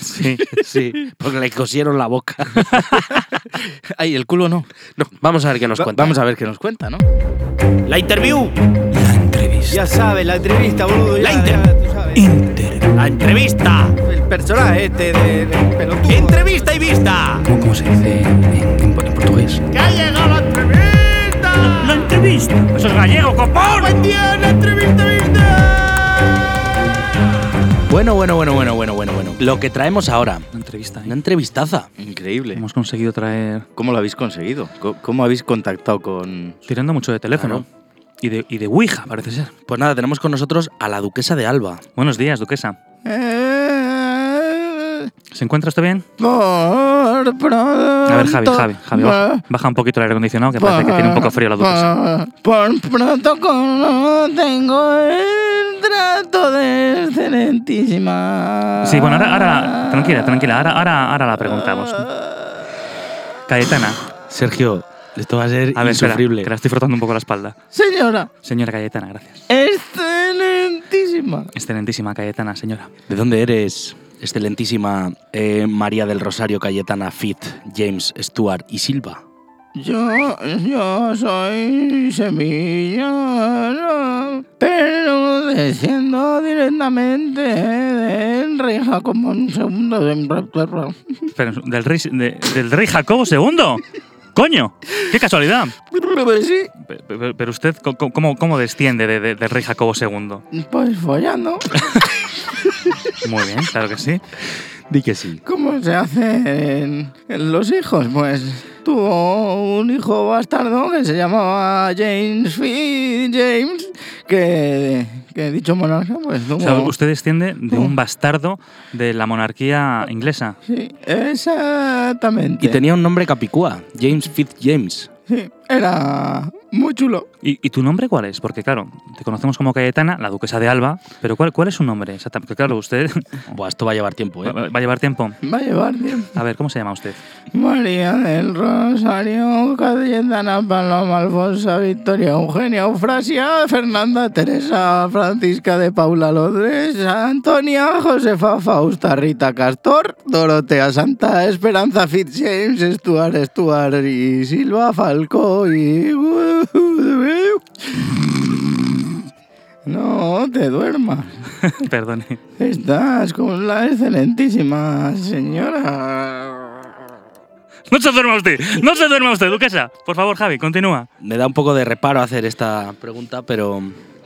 Sí.
Sí, porque le cosieron la boca.
Ay, el culo no.
No, vamos a ver qué nos
Va-
cuenta.
Vamos a ver qué nos cuenta, ¿no?
La interview.
Ya sabes, la entrevista, boludo.
La
ya-
inter-
ya, tú sabes.
La entrevista.
El personaje este de, de pelotudo.
Entrevista y vista.
¿Cómo se dice en portugués?
¡Ya llegó la entrevista! ¡La entrevista! ¡Eso es gallego, copón! ¡Buen día, la entrevista,
Bueno, bueno, bueno, bueno, bueno, bueno, bueno. Lo que traemos ahora.
Una entrevista.
Una entrevistaza.
Increíble.
Hemos conseguido traer.
¿Cómo lo habéis conseguido? Co- ¿Cómo habéis contactado con...?
Tirando mucho de teléfono. Y, de, y de Ouija, parece ser.
Pues nada, tenemos con nosotros a la duquesa de Alba.
Buenos días, duquesa.
Eh,
¿Se encuentra usted bien?
Por pronto.
A ver, Javi, Javi, Javi, baja, baja un poquito el aire acondicionado, que parece que tiene un poco frío la duquesa.
Por protocolo tengo el trato de excelentísima.
Sí, bueno, ahora, ahora tranquila, tranquila, ahora, ahora, ahora la preguntamos. Cayetana,
Sergio, esto va a ser
a ver, espera,
insufrible.
que la estoy frotando un poco la espalda.
Señora,
Señora Cayetana, gracias.
excelentísima.
Excelentísima Cayetana, señora.
¿De dónde eres, excelentísima eh, María del Rosario Cayetana Fit, James, Stuart y Silva?
Yo, yo soy sevillano, pero desciendo directamente del rey Jacobo II de Inglaterra.
Pero, ¿del, rey, de- ¿Del rey Jacobo II? ¡Coño! ¡Qué casualidad!
Sí,
Pe- pe- Pero, usted, co- co- ¿cómo, cómo desciende de- de- del rey Jacobo II?
pues follando,
Muy bien, claro que sí.
Di que sí.
como se hacen los hijos, pues tuvo un hijo bastardo que se llamaba James Fitz James, que, que dicho monarca, pues tuvo...
O
Oh.
sea, usted desciende de un bastardo de la monarquía inglesa.
Sí, exactamente.
Y tenía un nombre capicúa, James Fit James.
Sí, era muy chulo.
¿Y, y tu nombre cuál es? Porque, claro, te conocemos como Cayetana, la duquesa de Alba, pero ¿cuál, cuál es su nombre? Exactamente, porque, claro, usted
Buah, esto va a llevar tiempo,
va
¿eh?
va a llevar tiempo.
Va a llevar tiempo.
A ver, ¿cómo se llama usted?
María del Rosario, Cayetana, Paloma, Alfonso, Victoria, Eugenia, Eufrasia, Fernanda, Teresa, Francisca de Paula, Londres, Antonia, Josefa, Fausta, Rita, Castor, Dorotea, Santa, Esperanza, Fitzjames, Stuart, Stuart y Silva, Falco y... No te duermas.
Perdone.
Estás con la excelentísima señora.
¡No se duerma usted! ¡No se duerma usted, duquesa! Por favor, Javi, continúa.
Me da un poco de reparo hacer esta pregunta, pero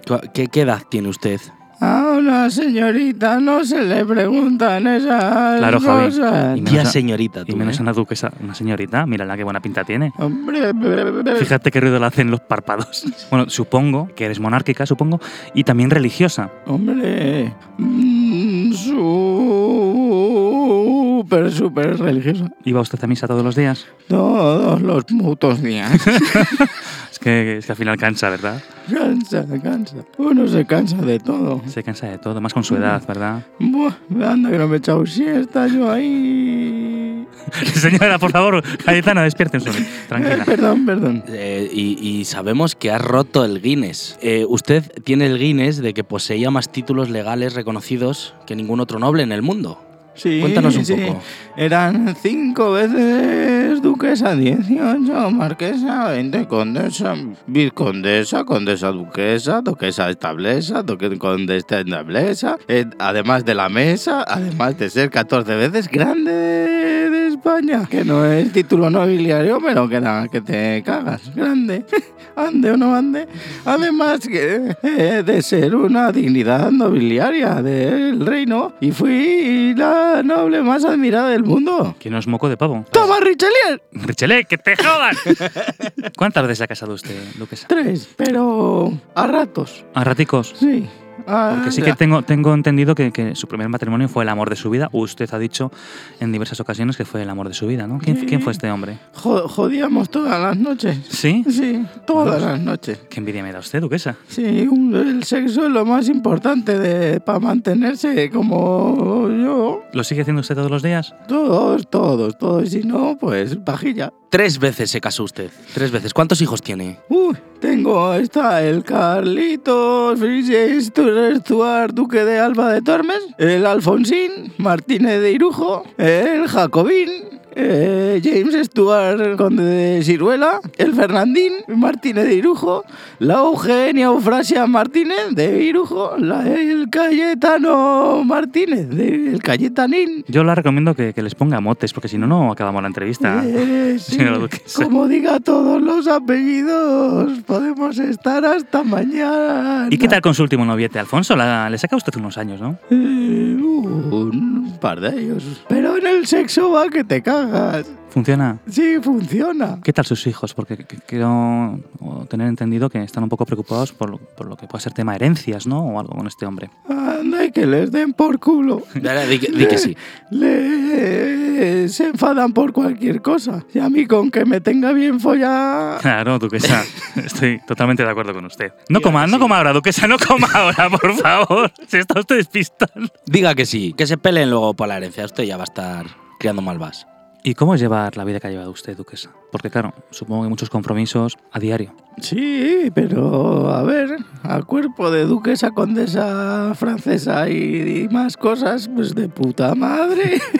¿cu- ¿qué, qué edad tiene usted?
A una señorita no se le preguntan esas
Claro, Javi.
cosas.
Y menos
Ya
a-
señorita, tú,
Y menos
¿eh?
a una duquesa, una señorita, mírala qué buena pinta tiene.
Hombre, bre, bre, bre.
Fíjate qué ruido le hacen los párpados. Bueno, supongo que eres monárquica, supongo, y también religiosa.
hombre, mm, súper, súper religiosa.
¿Iba usted a misa todos los días?
Todos los putos días.
Es que, es que al final cansa, ¿verdad?
Cansa, cansa. Uno se cansa de todo.
Se cansa de todo, más con su edad, ¿verdad?
Buah, anda que no me he echado siesta yo ahí. Eh,
Señora, por favor, Cayetana, despiértense. Tranquila.
perdón, perdón.
Eh, y, y sabemos que ha roto el Guinness. Eh, usted tiene el Guinness de que poseía más títulos legales reconocidos que ningún otro noble en el mundo.
Sí,
Cuéntanos un
sí.
poco.
Eran cinco veces duquesa, 18, marquesa, 20, condesa, vizcondesa, condesa duquesa, duquesa estableza, duque- condesa estableza, eh, además de la mesa, además de ser 14 veces grande de, de España, que no es título nobiliario, pero que nada, que te cagas, grande, ande o no ande, además que, eh, de ser una dignidad nobiliaria del reino y fui la noble más admirada del mundo.
Que no es moco de pavo.
¡Toma, Richelieu!
Richelé, que te jodan. ¿Cuántas veces se ha casado usted, Duquesa?
Tres, pero a ratos.
A raticos.
Sí. Ah, a-
Porque sí que tengo, tengo entendido que, que su primer matrimonio fue el amor de su vida. Usted ha dicho en diversas ocasiones que fue el amor de su vida, ¿no? ¿Quién,
Sí.
quién fue este hombre?
Jo- jodíamos todas las noches.
¿Sí?
Mm. Sí, todas las noches.
¿Qué envidia me da usted, Duquesa?
Sí, un- el sexo es lo más importante de, para mantenerse como yo.
¿Lo sigue haciendo usted todos los días?
Todos, todos, todos. Si no, pues vajilla.
Tres veces se casó usted. Tres veces. ¿Cuántos hijos tiene?
Uy, tengo, está el Carlitos, Frises, Stuart, Duque de Alba de Tormes, el Alfonsín, Martínez de Irujo, el Jacobín, eh, James Stuart, Conde de Ciruela, el Fernandín, Martínez de Irujo, la Eugenia Eufrasia Martínez de Irujo, la, el Cayetano Martínez, de- el Cayetanín.
Yo le recomiendo que, que les ponga motes, porque si no, no acabamos la entrevista.
Eh, sí,
señora Duquesa.
como diga todos los apellidos, podemos estar hasta mañana.
¿Y qué tal con su último noviete, Alfonso? La- le saca usted unos años, ¿no?
Eh, un par de ellos. Pero en el sexo va que te cagas.
¿Funciona?
Sí, funciona.
¿Qué tal sus hijos? Porque qu- qu- quiero o, tener entendido que están un poco preocupados por lo, por lo que pueda ser tema herencias, ¿no? O algo con este hombre.
Anda y que les den por culo.
Dale, Di, que- di que sí.
Le- se enfadan por cualquier cosa. Y a mí con que me tenga bien follada...
Claro, duquesa. Estoy totalmente de acuerdo con usted. No coma, no coma ahora, duquesa, no coma ahora, por favor. Se está usted despistando.
Diga que sí. Que se peleen luego por la herencia. Usted ya va a estar criando malvas.
¿Y cómo es llevar la vida que ha llevado usted, duquesa? Porque claro, supongo que muchos compromisos a diario.
Sí, pero a ver, a cuerpo de duquesa, condesa francesa y, y más cosas, pues de puta madre.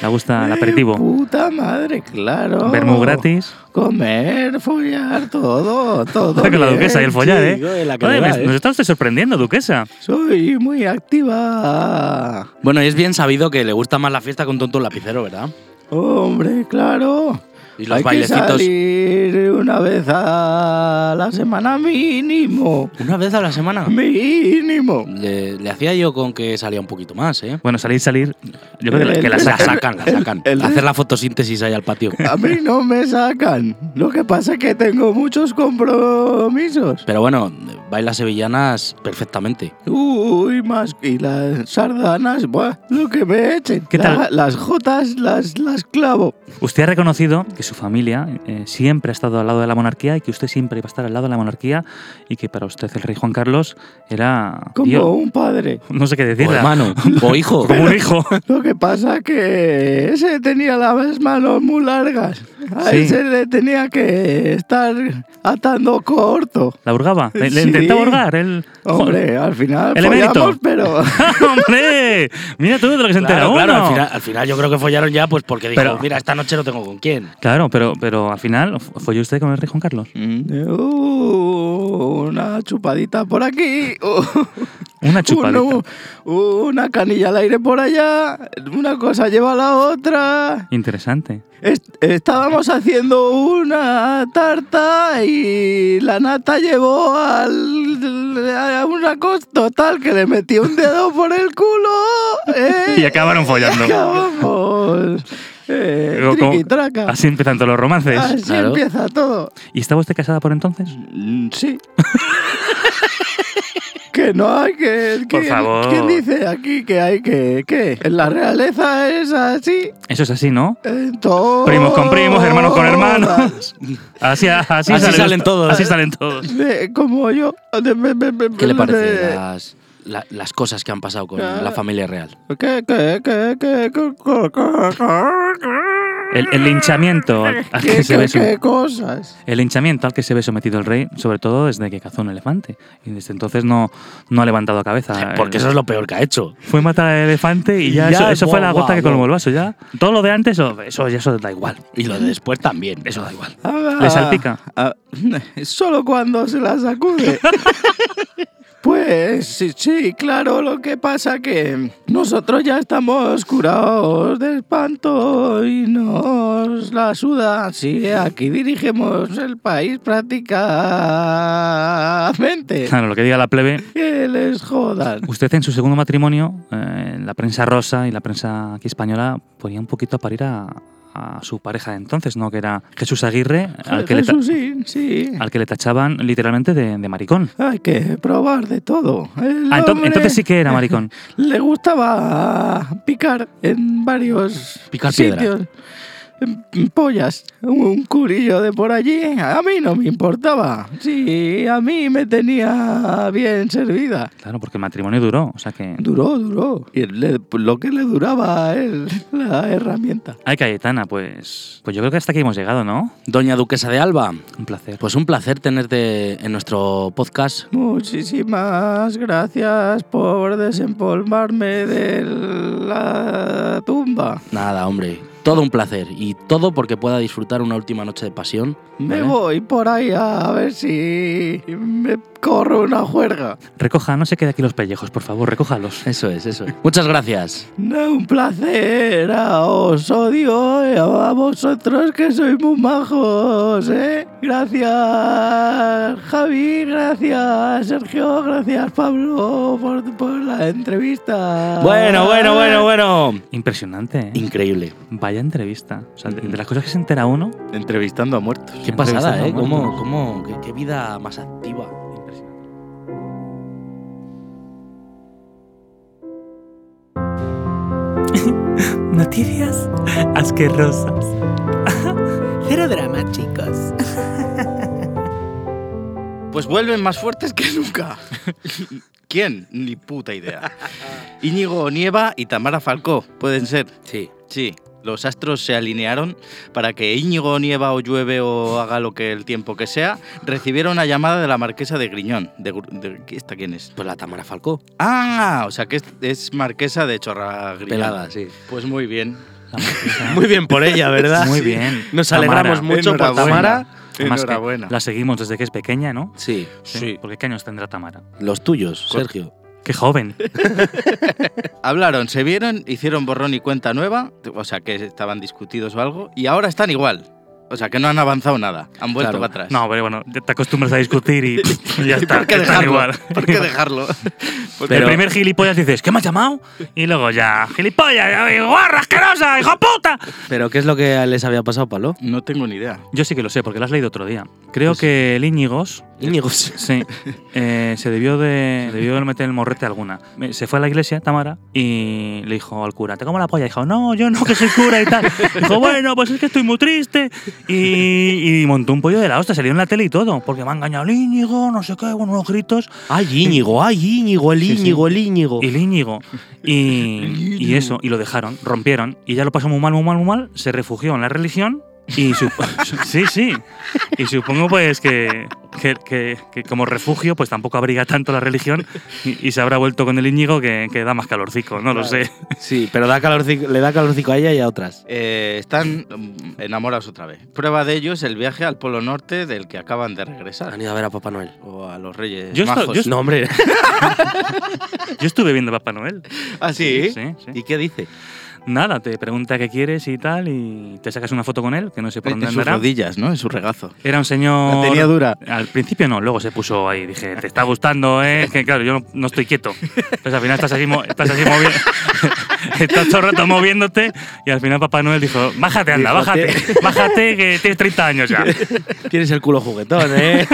¿Le gusta el
De
aperitivo?
puta madre, claro.
Vermú gratis.
Comer, follar, todo, todo.
Con la
bien,
duquesa y el follar, ¿eh?
chico, la que
Oye,
le
me-
da, ¿eh?
Nos está usted sorprendiendo, duquesa.
Soy muy activa.
Bueno, y es bien sabido que le gusta más la fiesta con tonto un lapicero, ¿verdad?
Hombre, claro.
Y los
Hay
bailecitos.
que salir una vez a la semana mínimo.
Una vez a la semana.
Mínimo.
Le, le hacía yo con que salía un poquito más, ¿eh?
Bueno, salir, salir. Yo creo que la,
El-
que la
el-
La
saca.
sacan, la sacan.
el- Ah.
Hacer la fotosíntesis ahí al patio.
A mí no me sacan. Lo que pasa es que tengo muchos compromisos.
Pero bueno, baila sevillanas perfectamente.
Uy, más. Y las sardanas, buah, lo que me echen.
¿Qué tal?
La- las jotas las, las clavo.
Usted ha reconocido que su familia eh, siempre ha estado al lado de la monarquía y que usted siempre iba a estar al lado de la monarquía y que para usted el rey Juan Carlos era
Como
Dios.
un padre.
no sé qué
O
decirle.
hermano, o hijo.
Como un hijo.
Lo que pasa que ese tenía las manos muy largas. A
Sí.
ese le tenía que estar atando corto.
¿La hurgaba? ¿Le, le
Sí.
intentaba hurgar? Él,
Hombre, al final
el
follamos,
emérito.
pero...
¡Hombre! Mira tú de lo que se entera
Claro, claro,
uno.
al, final, al final yo creo que follaron ya pues porque dijo,
Pero- Eh,
mira, esta noche no tengo con quién.
Claro, pero, pero al final f- folló usted con el rey Juan Carlos.
Uh, una chupadita por aquí.
Una chupadita.
Uno- una canilla al aire por allá. Una cosa lleva a la otra.
Interesante.
Est- estábamos haciendo una tarta y la nata llevó al, a una cosa total que le metió un dedo por el culo. ¿eh?
Y acabaron follando.
Acabamos. Eh,
Digo, como-
triquitraca.
Así empiezan todos los romances.
Así
claro.
empieza todo.
¿Y estaba usted casada por entonces?
Mm, Sí. que Mm, que no hay que.
Por
¿quién-
favor.
¿Quién dice aquí que hay que.? ¿Qué? ¿En la realeza es así?
Eso es así, ¿no?
Entonces-
Primos con primos, hermanos con hermanos. Así, así,
Así salen todos.
Así salen todos.
De- como yo. De- me- me- me-
¿Qué le
de-
parece las, la- las cosas que han pasado con la familia real?
¿Qué, qué, qué, qué, qué, co- co- co-
El, el linchamiento al al
qué,
que se
qué,
ve su-
qué cosas?
el linchamiento al que se ve sometido el rey, sobre todo desde que cazó un elefante. Y desde entonces no, no ha levantado cabeza.
Porque
El-
eso es lo peor que ha hecho.
Fue matar al elefante y ya,
Ya,
eso, eso fue la
guau,
gota que
guau,
colmó
guau.
el vaso ya. Todo lo de antes, eso, eso ya eso da igual.
Y lo de después también.
Eso da igual.
Ah,
Le salpica.
ah, solo cuando se la sacude. Pues sí, sí, claro, lo que pasa que nosotros ya estamos curados de espanto y nos la suda. Sí, aquí dirigimos el país prácticamente.
Claro, lo que diga la plebe.
Que les jodan.
Usted en su segundo matrimonio, eh, en la prensa rosa y la prensa aquí española, ponía un poquito a parir a, a su pareja de entonces, ¿no? Que era Jesús Aguirre, al Ah, que, le, ta- Ah.
Jesúsín, sí.
al que le tachaban literalmente de, de maricón.
Hay que probar de todo. El
Ah, ento-
hombre
entonces sí que era maricón.
Le gustaba picar en varios
Picar
sitios.
piedra.
Mm, Pollas, un curillo de por allí, a mí no me importaba. Sí, a mí me tenía bien servida.
Claro, porque el matrimonio duró, o sea que...
Duró, duró. Y le- lo que le duraba a él, la herramienta.
Ay, Cayetana, pues... Pues yo creo que hasta aquí hemos llegado, ¿no?
Doña Duquesa de Alba,
Un placer.
pues un placer tenerte en nuestro podcast.
Muchísimas gracias por desempolvarme de la tumba.
Nada, hombre. Todo un placer. Y todo porque pueda disfrutar una última noche de pasión.
Me
¿vale?
voy por ahí a ver si me corro una juerga.
Recoja, no se quede aquí los pellejos, por favor, recójalos.
Eso es, eso es. Muchas gracias.
No, un placer, a os odio y a vosotros que sois muy majos, ¿eh? Gracias, Javi, gracias, Sergio, gracias, Pablo, por, por la entrevista.
Bueno, bueno, bueno, bueno.
Impresionante, ¿eh?
Increíble.
Vaya entrevista. O sea, de, de las cosas que se entera uno...
Entrevistando a muertos.
Qué pasada, ¿eh? ¿Cómo, cómo, qué, qué vida más activa.
Noticias asquerosas.
Cero drama, chicos.
Pues vuelven más fuertes que nunca. ¿Quién? Ni puta idea. Íñigo Nieva y Tamara Falcó, pueden ser.
Sí.
Sí, los astros se alinearon para que Íñigo Nieva o llueve o haga lo que el tiempo que sea, recibiera una llamada de la marquesa de Griñón. De, Gru- de- ¿Esta quién es?
Pues la Tamara Falcó.
Ah, o sea que es, es marquesa de Chorra Griñón.
Pelada, sí.
Pues muy bien.
Muy bien por ella, ¿verdad?
Muy
Sí.
bien.
Nos
Tamara.
alegramos mucho por
Enhorabuena.
Tamara.
Además que
Enhorabuena.
la seguimos desde que es pequeña, ¿no?
Sí.
Porque ¿qué años tendrá Tamara?
Los tuyos,
Cor-
Sergio.
¡Qué joven!
Hablaron, se vieron, hicieron borrón y cuenta nueva, o sea que estaban discutidos o algo, y ahora están igual. O sea que no han avanzado nada, han vuelto
Claro.
para atrás.
No, pero bueno, ya te acostumbras a discutir y ya está.
¿Por qué
están
dejarlo?
igual.
¿Por qué dejarlo? Porque
El primer gilipollas dices, ¿qué me has llamado? Y luego ya, gilipollas, ya, guarra asquerosa, hijo puta.
¿Pero qué es lo que les había pasado, Palo?
No tengo ni idea.
Yo sí que lo sé, porque lo has leído otro día. Creo que el Íñigos,
Íñigos.
sí, eh, se debió de debió de meter el morrete alguna. Eh, Se fue a la iglesia, Tamara, y le dijo al cura, ¿te como la polla? Y dijo, no, yo no, que soy cura y tal. dijo, bueno, pues es que estoy muy triste. Y, y montó un pollo de la hostia, salió en la tele y todo, porque me ha engañado el Íñigo, no sé qué, con unos gritos.
Ay, Íñigo, ay, Íñigo, el Íñigo, el Íñigo.
Y el Íñigo. Y, y eso, y lo dejaron, rompieron. Y ya lo pasó muy mal, muy mal, muy mal. Se refugió en la religión. Y su- sí, sí. Y supongo pues que, que, que- que como refugio pues tampoco abriga tanto la religión y, y se habrá vuelto con el Íñigo que, que da más calorcico, no lo sé.
Sí, pero da calorcico- le da calorcico a ella y a otras.
Eh, están mm, enamorados otra vez. Prueba de ello es el viaje al Polo Norte del que acaban de regresar.
Han ido a ver a Papá Noel.
O a los Reyes
Yo esto-
Magos.
yo esto-
No, hombre.
Yo estuve viendo Papá Noel.
¿Ah, sí?
Sí, sí.
¿Y qué dice?
Nada, te pregunta qué quieres y tal y te sacas una foto con él, que no sé por
En
dónde
sus
andará.
rodillas, ¿no? En su regazo.
Era un señor.
La tenía dura.
Al principio no, luego se puso ahí. Dije, te está gustando, ¿eh? Es que claro, yo no, no estoy quieto. Entonces al final estás así, mo- estás así moviendo. estás todo el rato moviéndote. Y al final Papá Noel dijo, bájate, anda,
Dijo,
bájate. Bájate, que tienes 30 años ya.
Tienes el culo juguetón, ¿eh?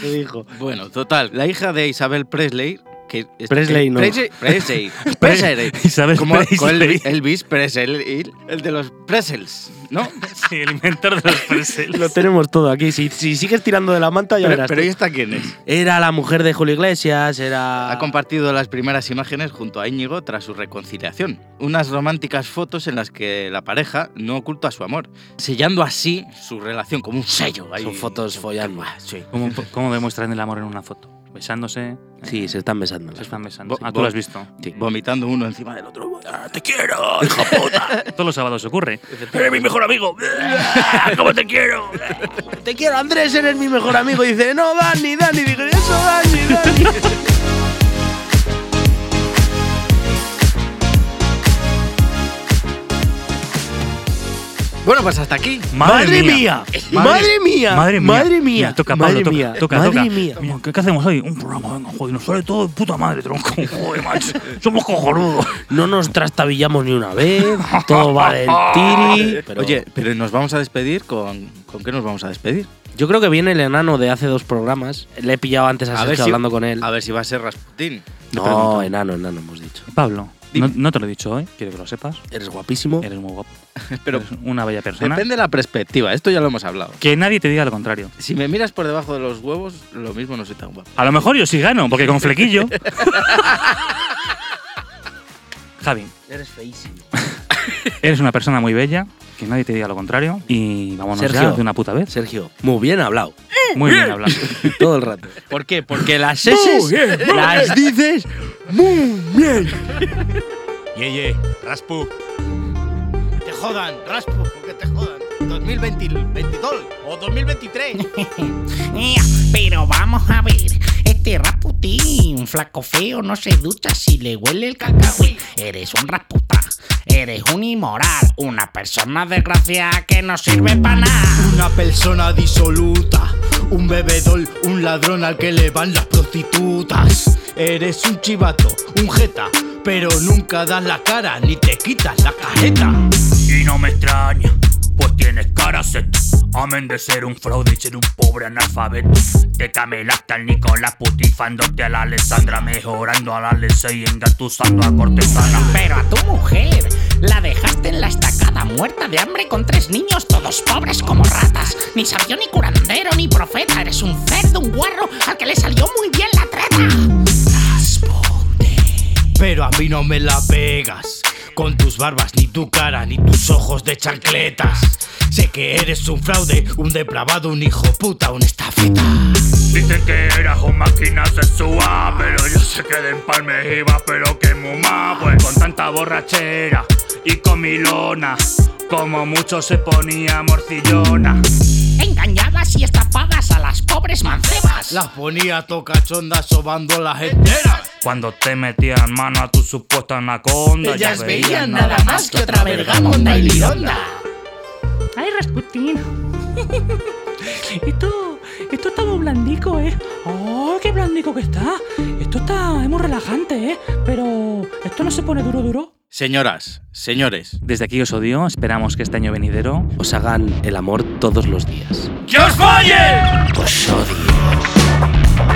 Te dijo.
Bueno, total. La hija de Isabel Presley, que es-
Presley,
que-
no.
Presley. Presley. Presley.
Isabel
Como como
Presley.
Elvis, Elvis Presley, el- el de los Presels, ¿no?
Sí, el inventor de los pretzels.
Lo tenemos todo aquí. Si, si sigues tirando de la manta, ya
Pero-
verás.
pero
tú.
¿y esta quién es?
Era la mujer de Julio Iglesias, era.
Ha compartido las primeras imágenes junto a Íñigo tras su reconciliación. Unas románticas fotos en las que la pareja no oculta su amor, sellando así su relación como un sello. Son fotos follando. Sí.
¿Cómo, cómo demuestran el amor en una foto? ¿Besándose?
Sí, se están besando.
Se están besando. Ah, tú lo has visto.
Vomitando uno encima del otro. ¡Ah, ¡Te quiero!
Todos los sábados ocurre.
¡Eres mi mejor amigo! ¡Cómo te quiero!
Te quiero, Andrés, eres mi mejor amigo. Y dice, no, Dani, Dani. Digo, eso, Dani, Dani.
Bueno, pues hasta aquí.
Madre mía. Madre mía.
Madre mía.
Madre mía.
Mira, toca,
Madre
Pablo, toca,
mía.
toca,
Madre
toca.
mía.
Como, ¿Qué, qué hacemos hoy? Un programa, venga, joder, nos sale todo de puta madre, tronco. Joder, macho. Somos cojonudos.
No nos trastabillamos ni una vez. Todo va del tiri. Pero
Oye, pero nos vamos a despedir con. ¿Con qué nos vamos a despedir?
yo creo que viene el enano de hace dos programas. Le he pillado antes a, Sergio hablando con él.
A ver si va a ser Rasputin.
No,
pregunto.
enano, enano, hemos dicho.
Pablo, no, no te lo he dicho hoy, quiero que lo sepas.
Eres guapísimo.
Eres muy guapo.
Pero
Eres una bella persona.
depende de la perspectiva. Esto ya lo hemos hablado.
Que nadie te diga lo contrario.
Si me miras por debajo de los huevos, lo mismo no soy tan guapo.
A lo mejor yo sí gano, porque con flequillo. Javi,
Eres feísimo.
eres una persona muy bella, que nadie te diga lo contrario. Y vámonos ya
Sergio.
de una puta vez.
Sergio, muy bien hablado.
Muy bien hablado.
Todo el rato.
¿Por qué? Porque
las heces las dices muy bien.
Yeye, Raspu.
te jodan, Raspu, que te jodan. 2022 o 2023.
Ea, Pero vamos a ver, este Rasputín, flaco feo, no se ducha si le huele el cacahuí. Eres un rasputa, eres un inmoral, una persona desgraciada que no sirve para nada.
Una persona disoluta, un bebedor, un ladrón al que le van las prostitutas. Eres un chivato, un jeta, pero nunca das la cara ni te quitas la careta.
Y no me extraña, pues tienes cara set. Amén de ser un fraude y ser un pobre analfabeto. Te camelaste al Nicolás putifándote a la Alessandra, mejorando a la Alessia y engatusando a Cortesana.
Pero a tu mujer la dejaste en la estacada, muerta de hambre con tres niños, todos pobres como ratas. Ni sabio, ni curandero, ni profeta, eres un cerdo, un guarro al que le salió muy bien la treta.
Pero a mí no me la pegas, con tus barbas, ni tu cara, ni tus ojos de chancletas. Sé que eres un fraude, un depravado, un hijo puta, un estafeta.
Dicen que eras un máquina sexual, pero yo sé que de empalme iba, pero que muy mal, pues con tanta borrachera y con milona, como mucho se ponía morcillona.
Engañabas y estafabas a las pobres mancebas.
Las ponía tocachondas sobando las enteras.
Cuando te metían mano a tu supuesta anaconda,
Ellas veían nada más que otra bergamonda y lironda. Ay, Rasputín.
Esto, esto está muy blandico, ¿eh? ¡Oh, qué blandico que está! Esto está, es muy relajante, ¿eh? Pero esto no se pone duro, duro.
Señoras, señores.
Desde aquí os odio, esperamos que este año venidero
os hagan el amor todos los días.
¡Que os follen!
Os odio.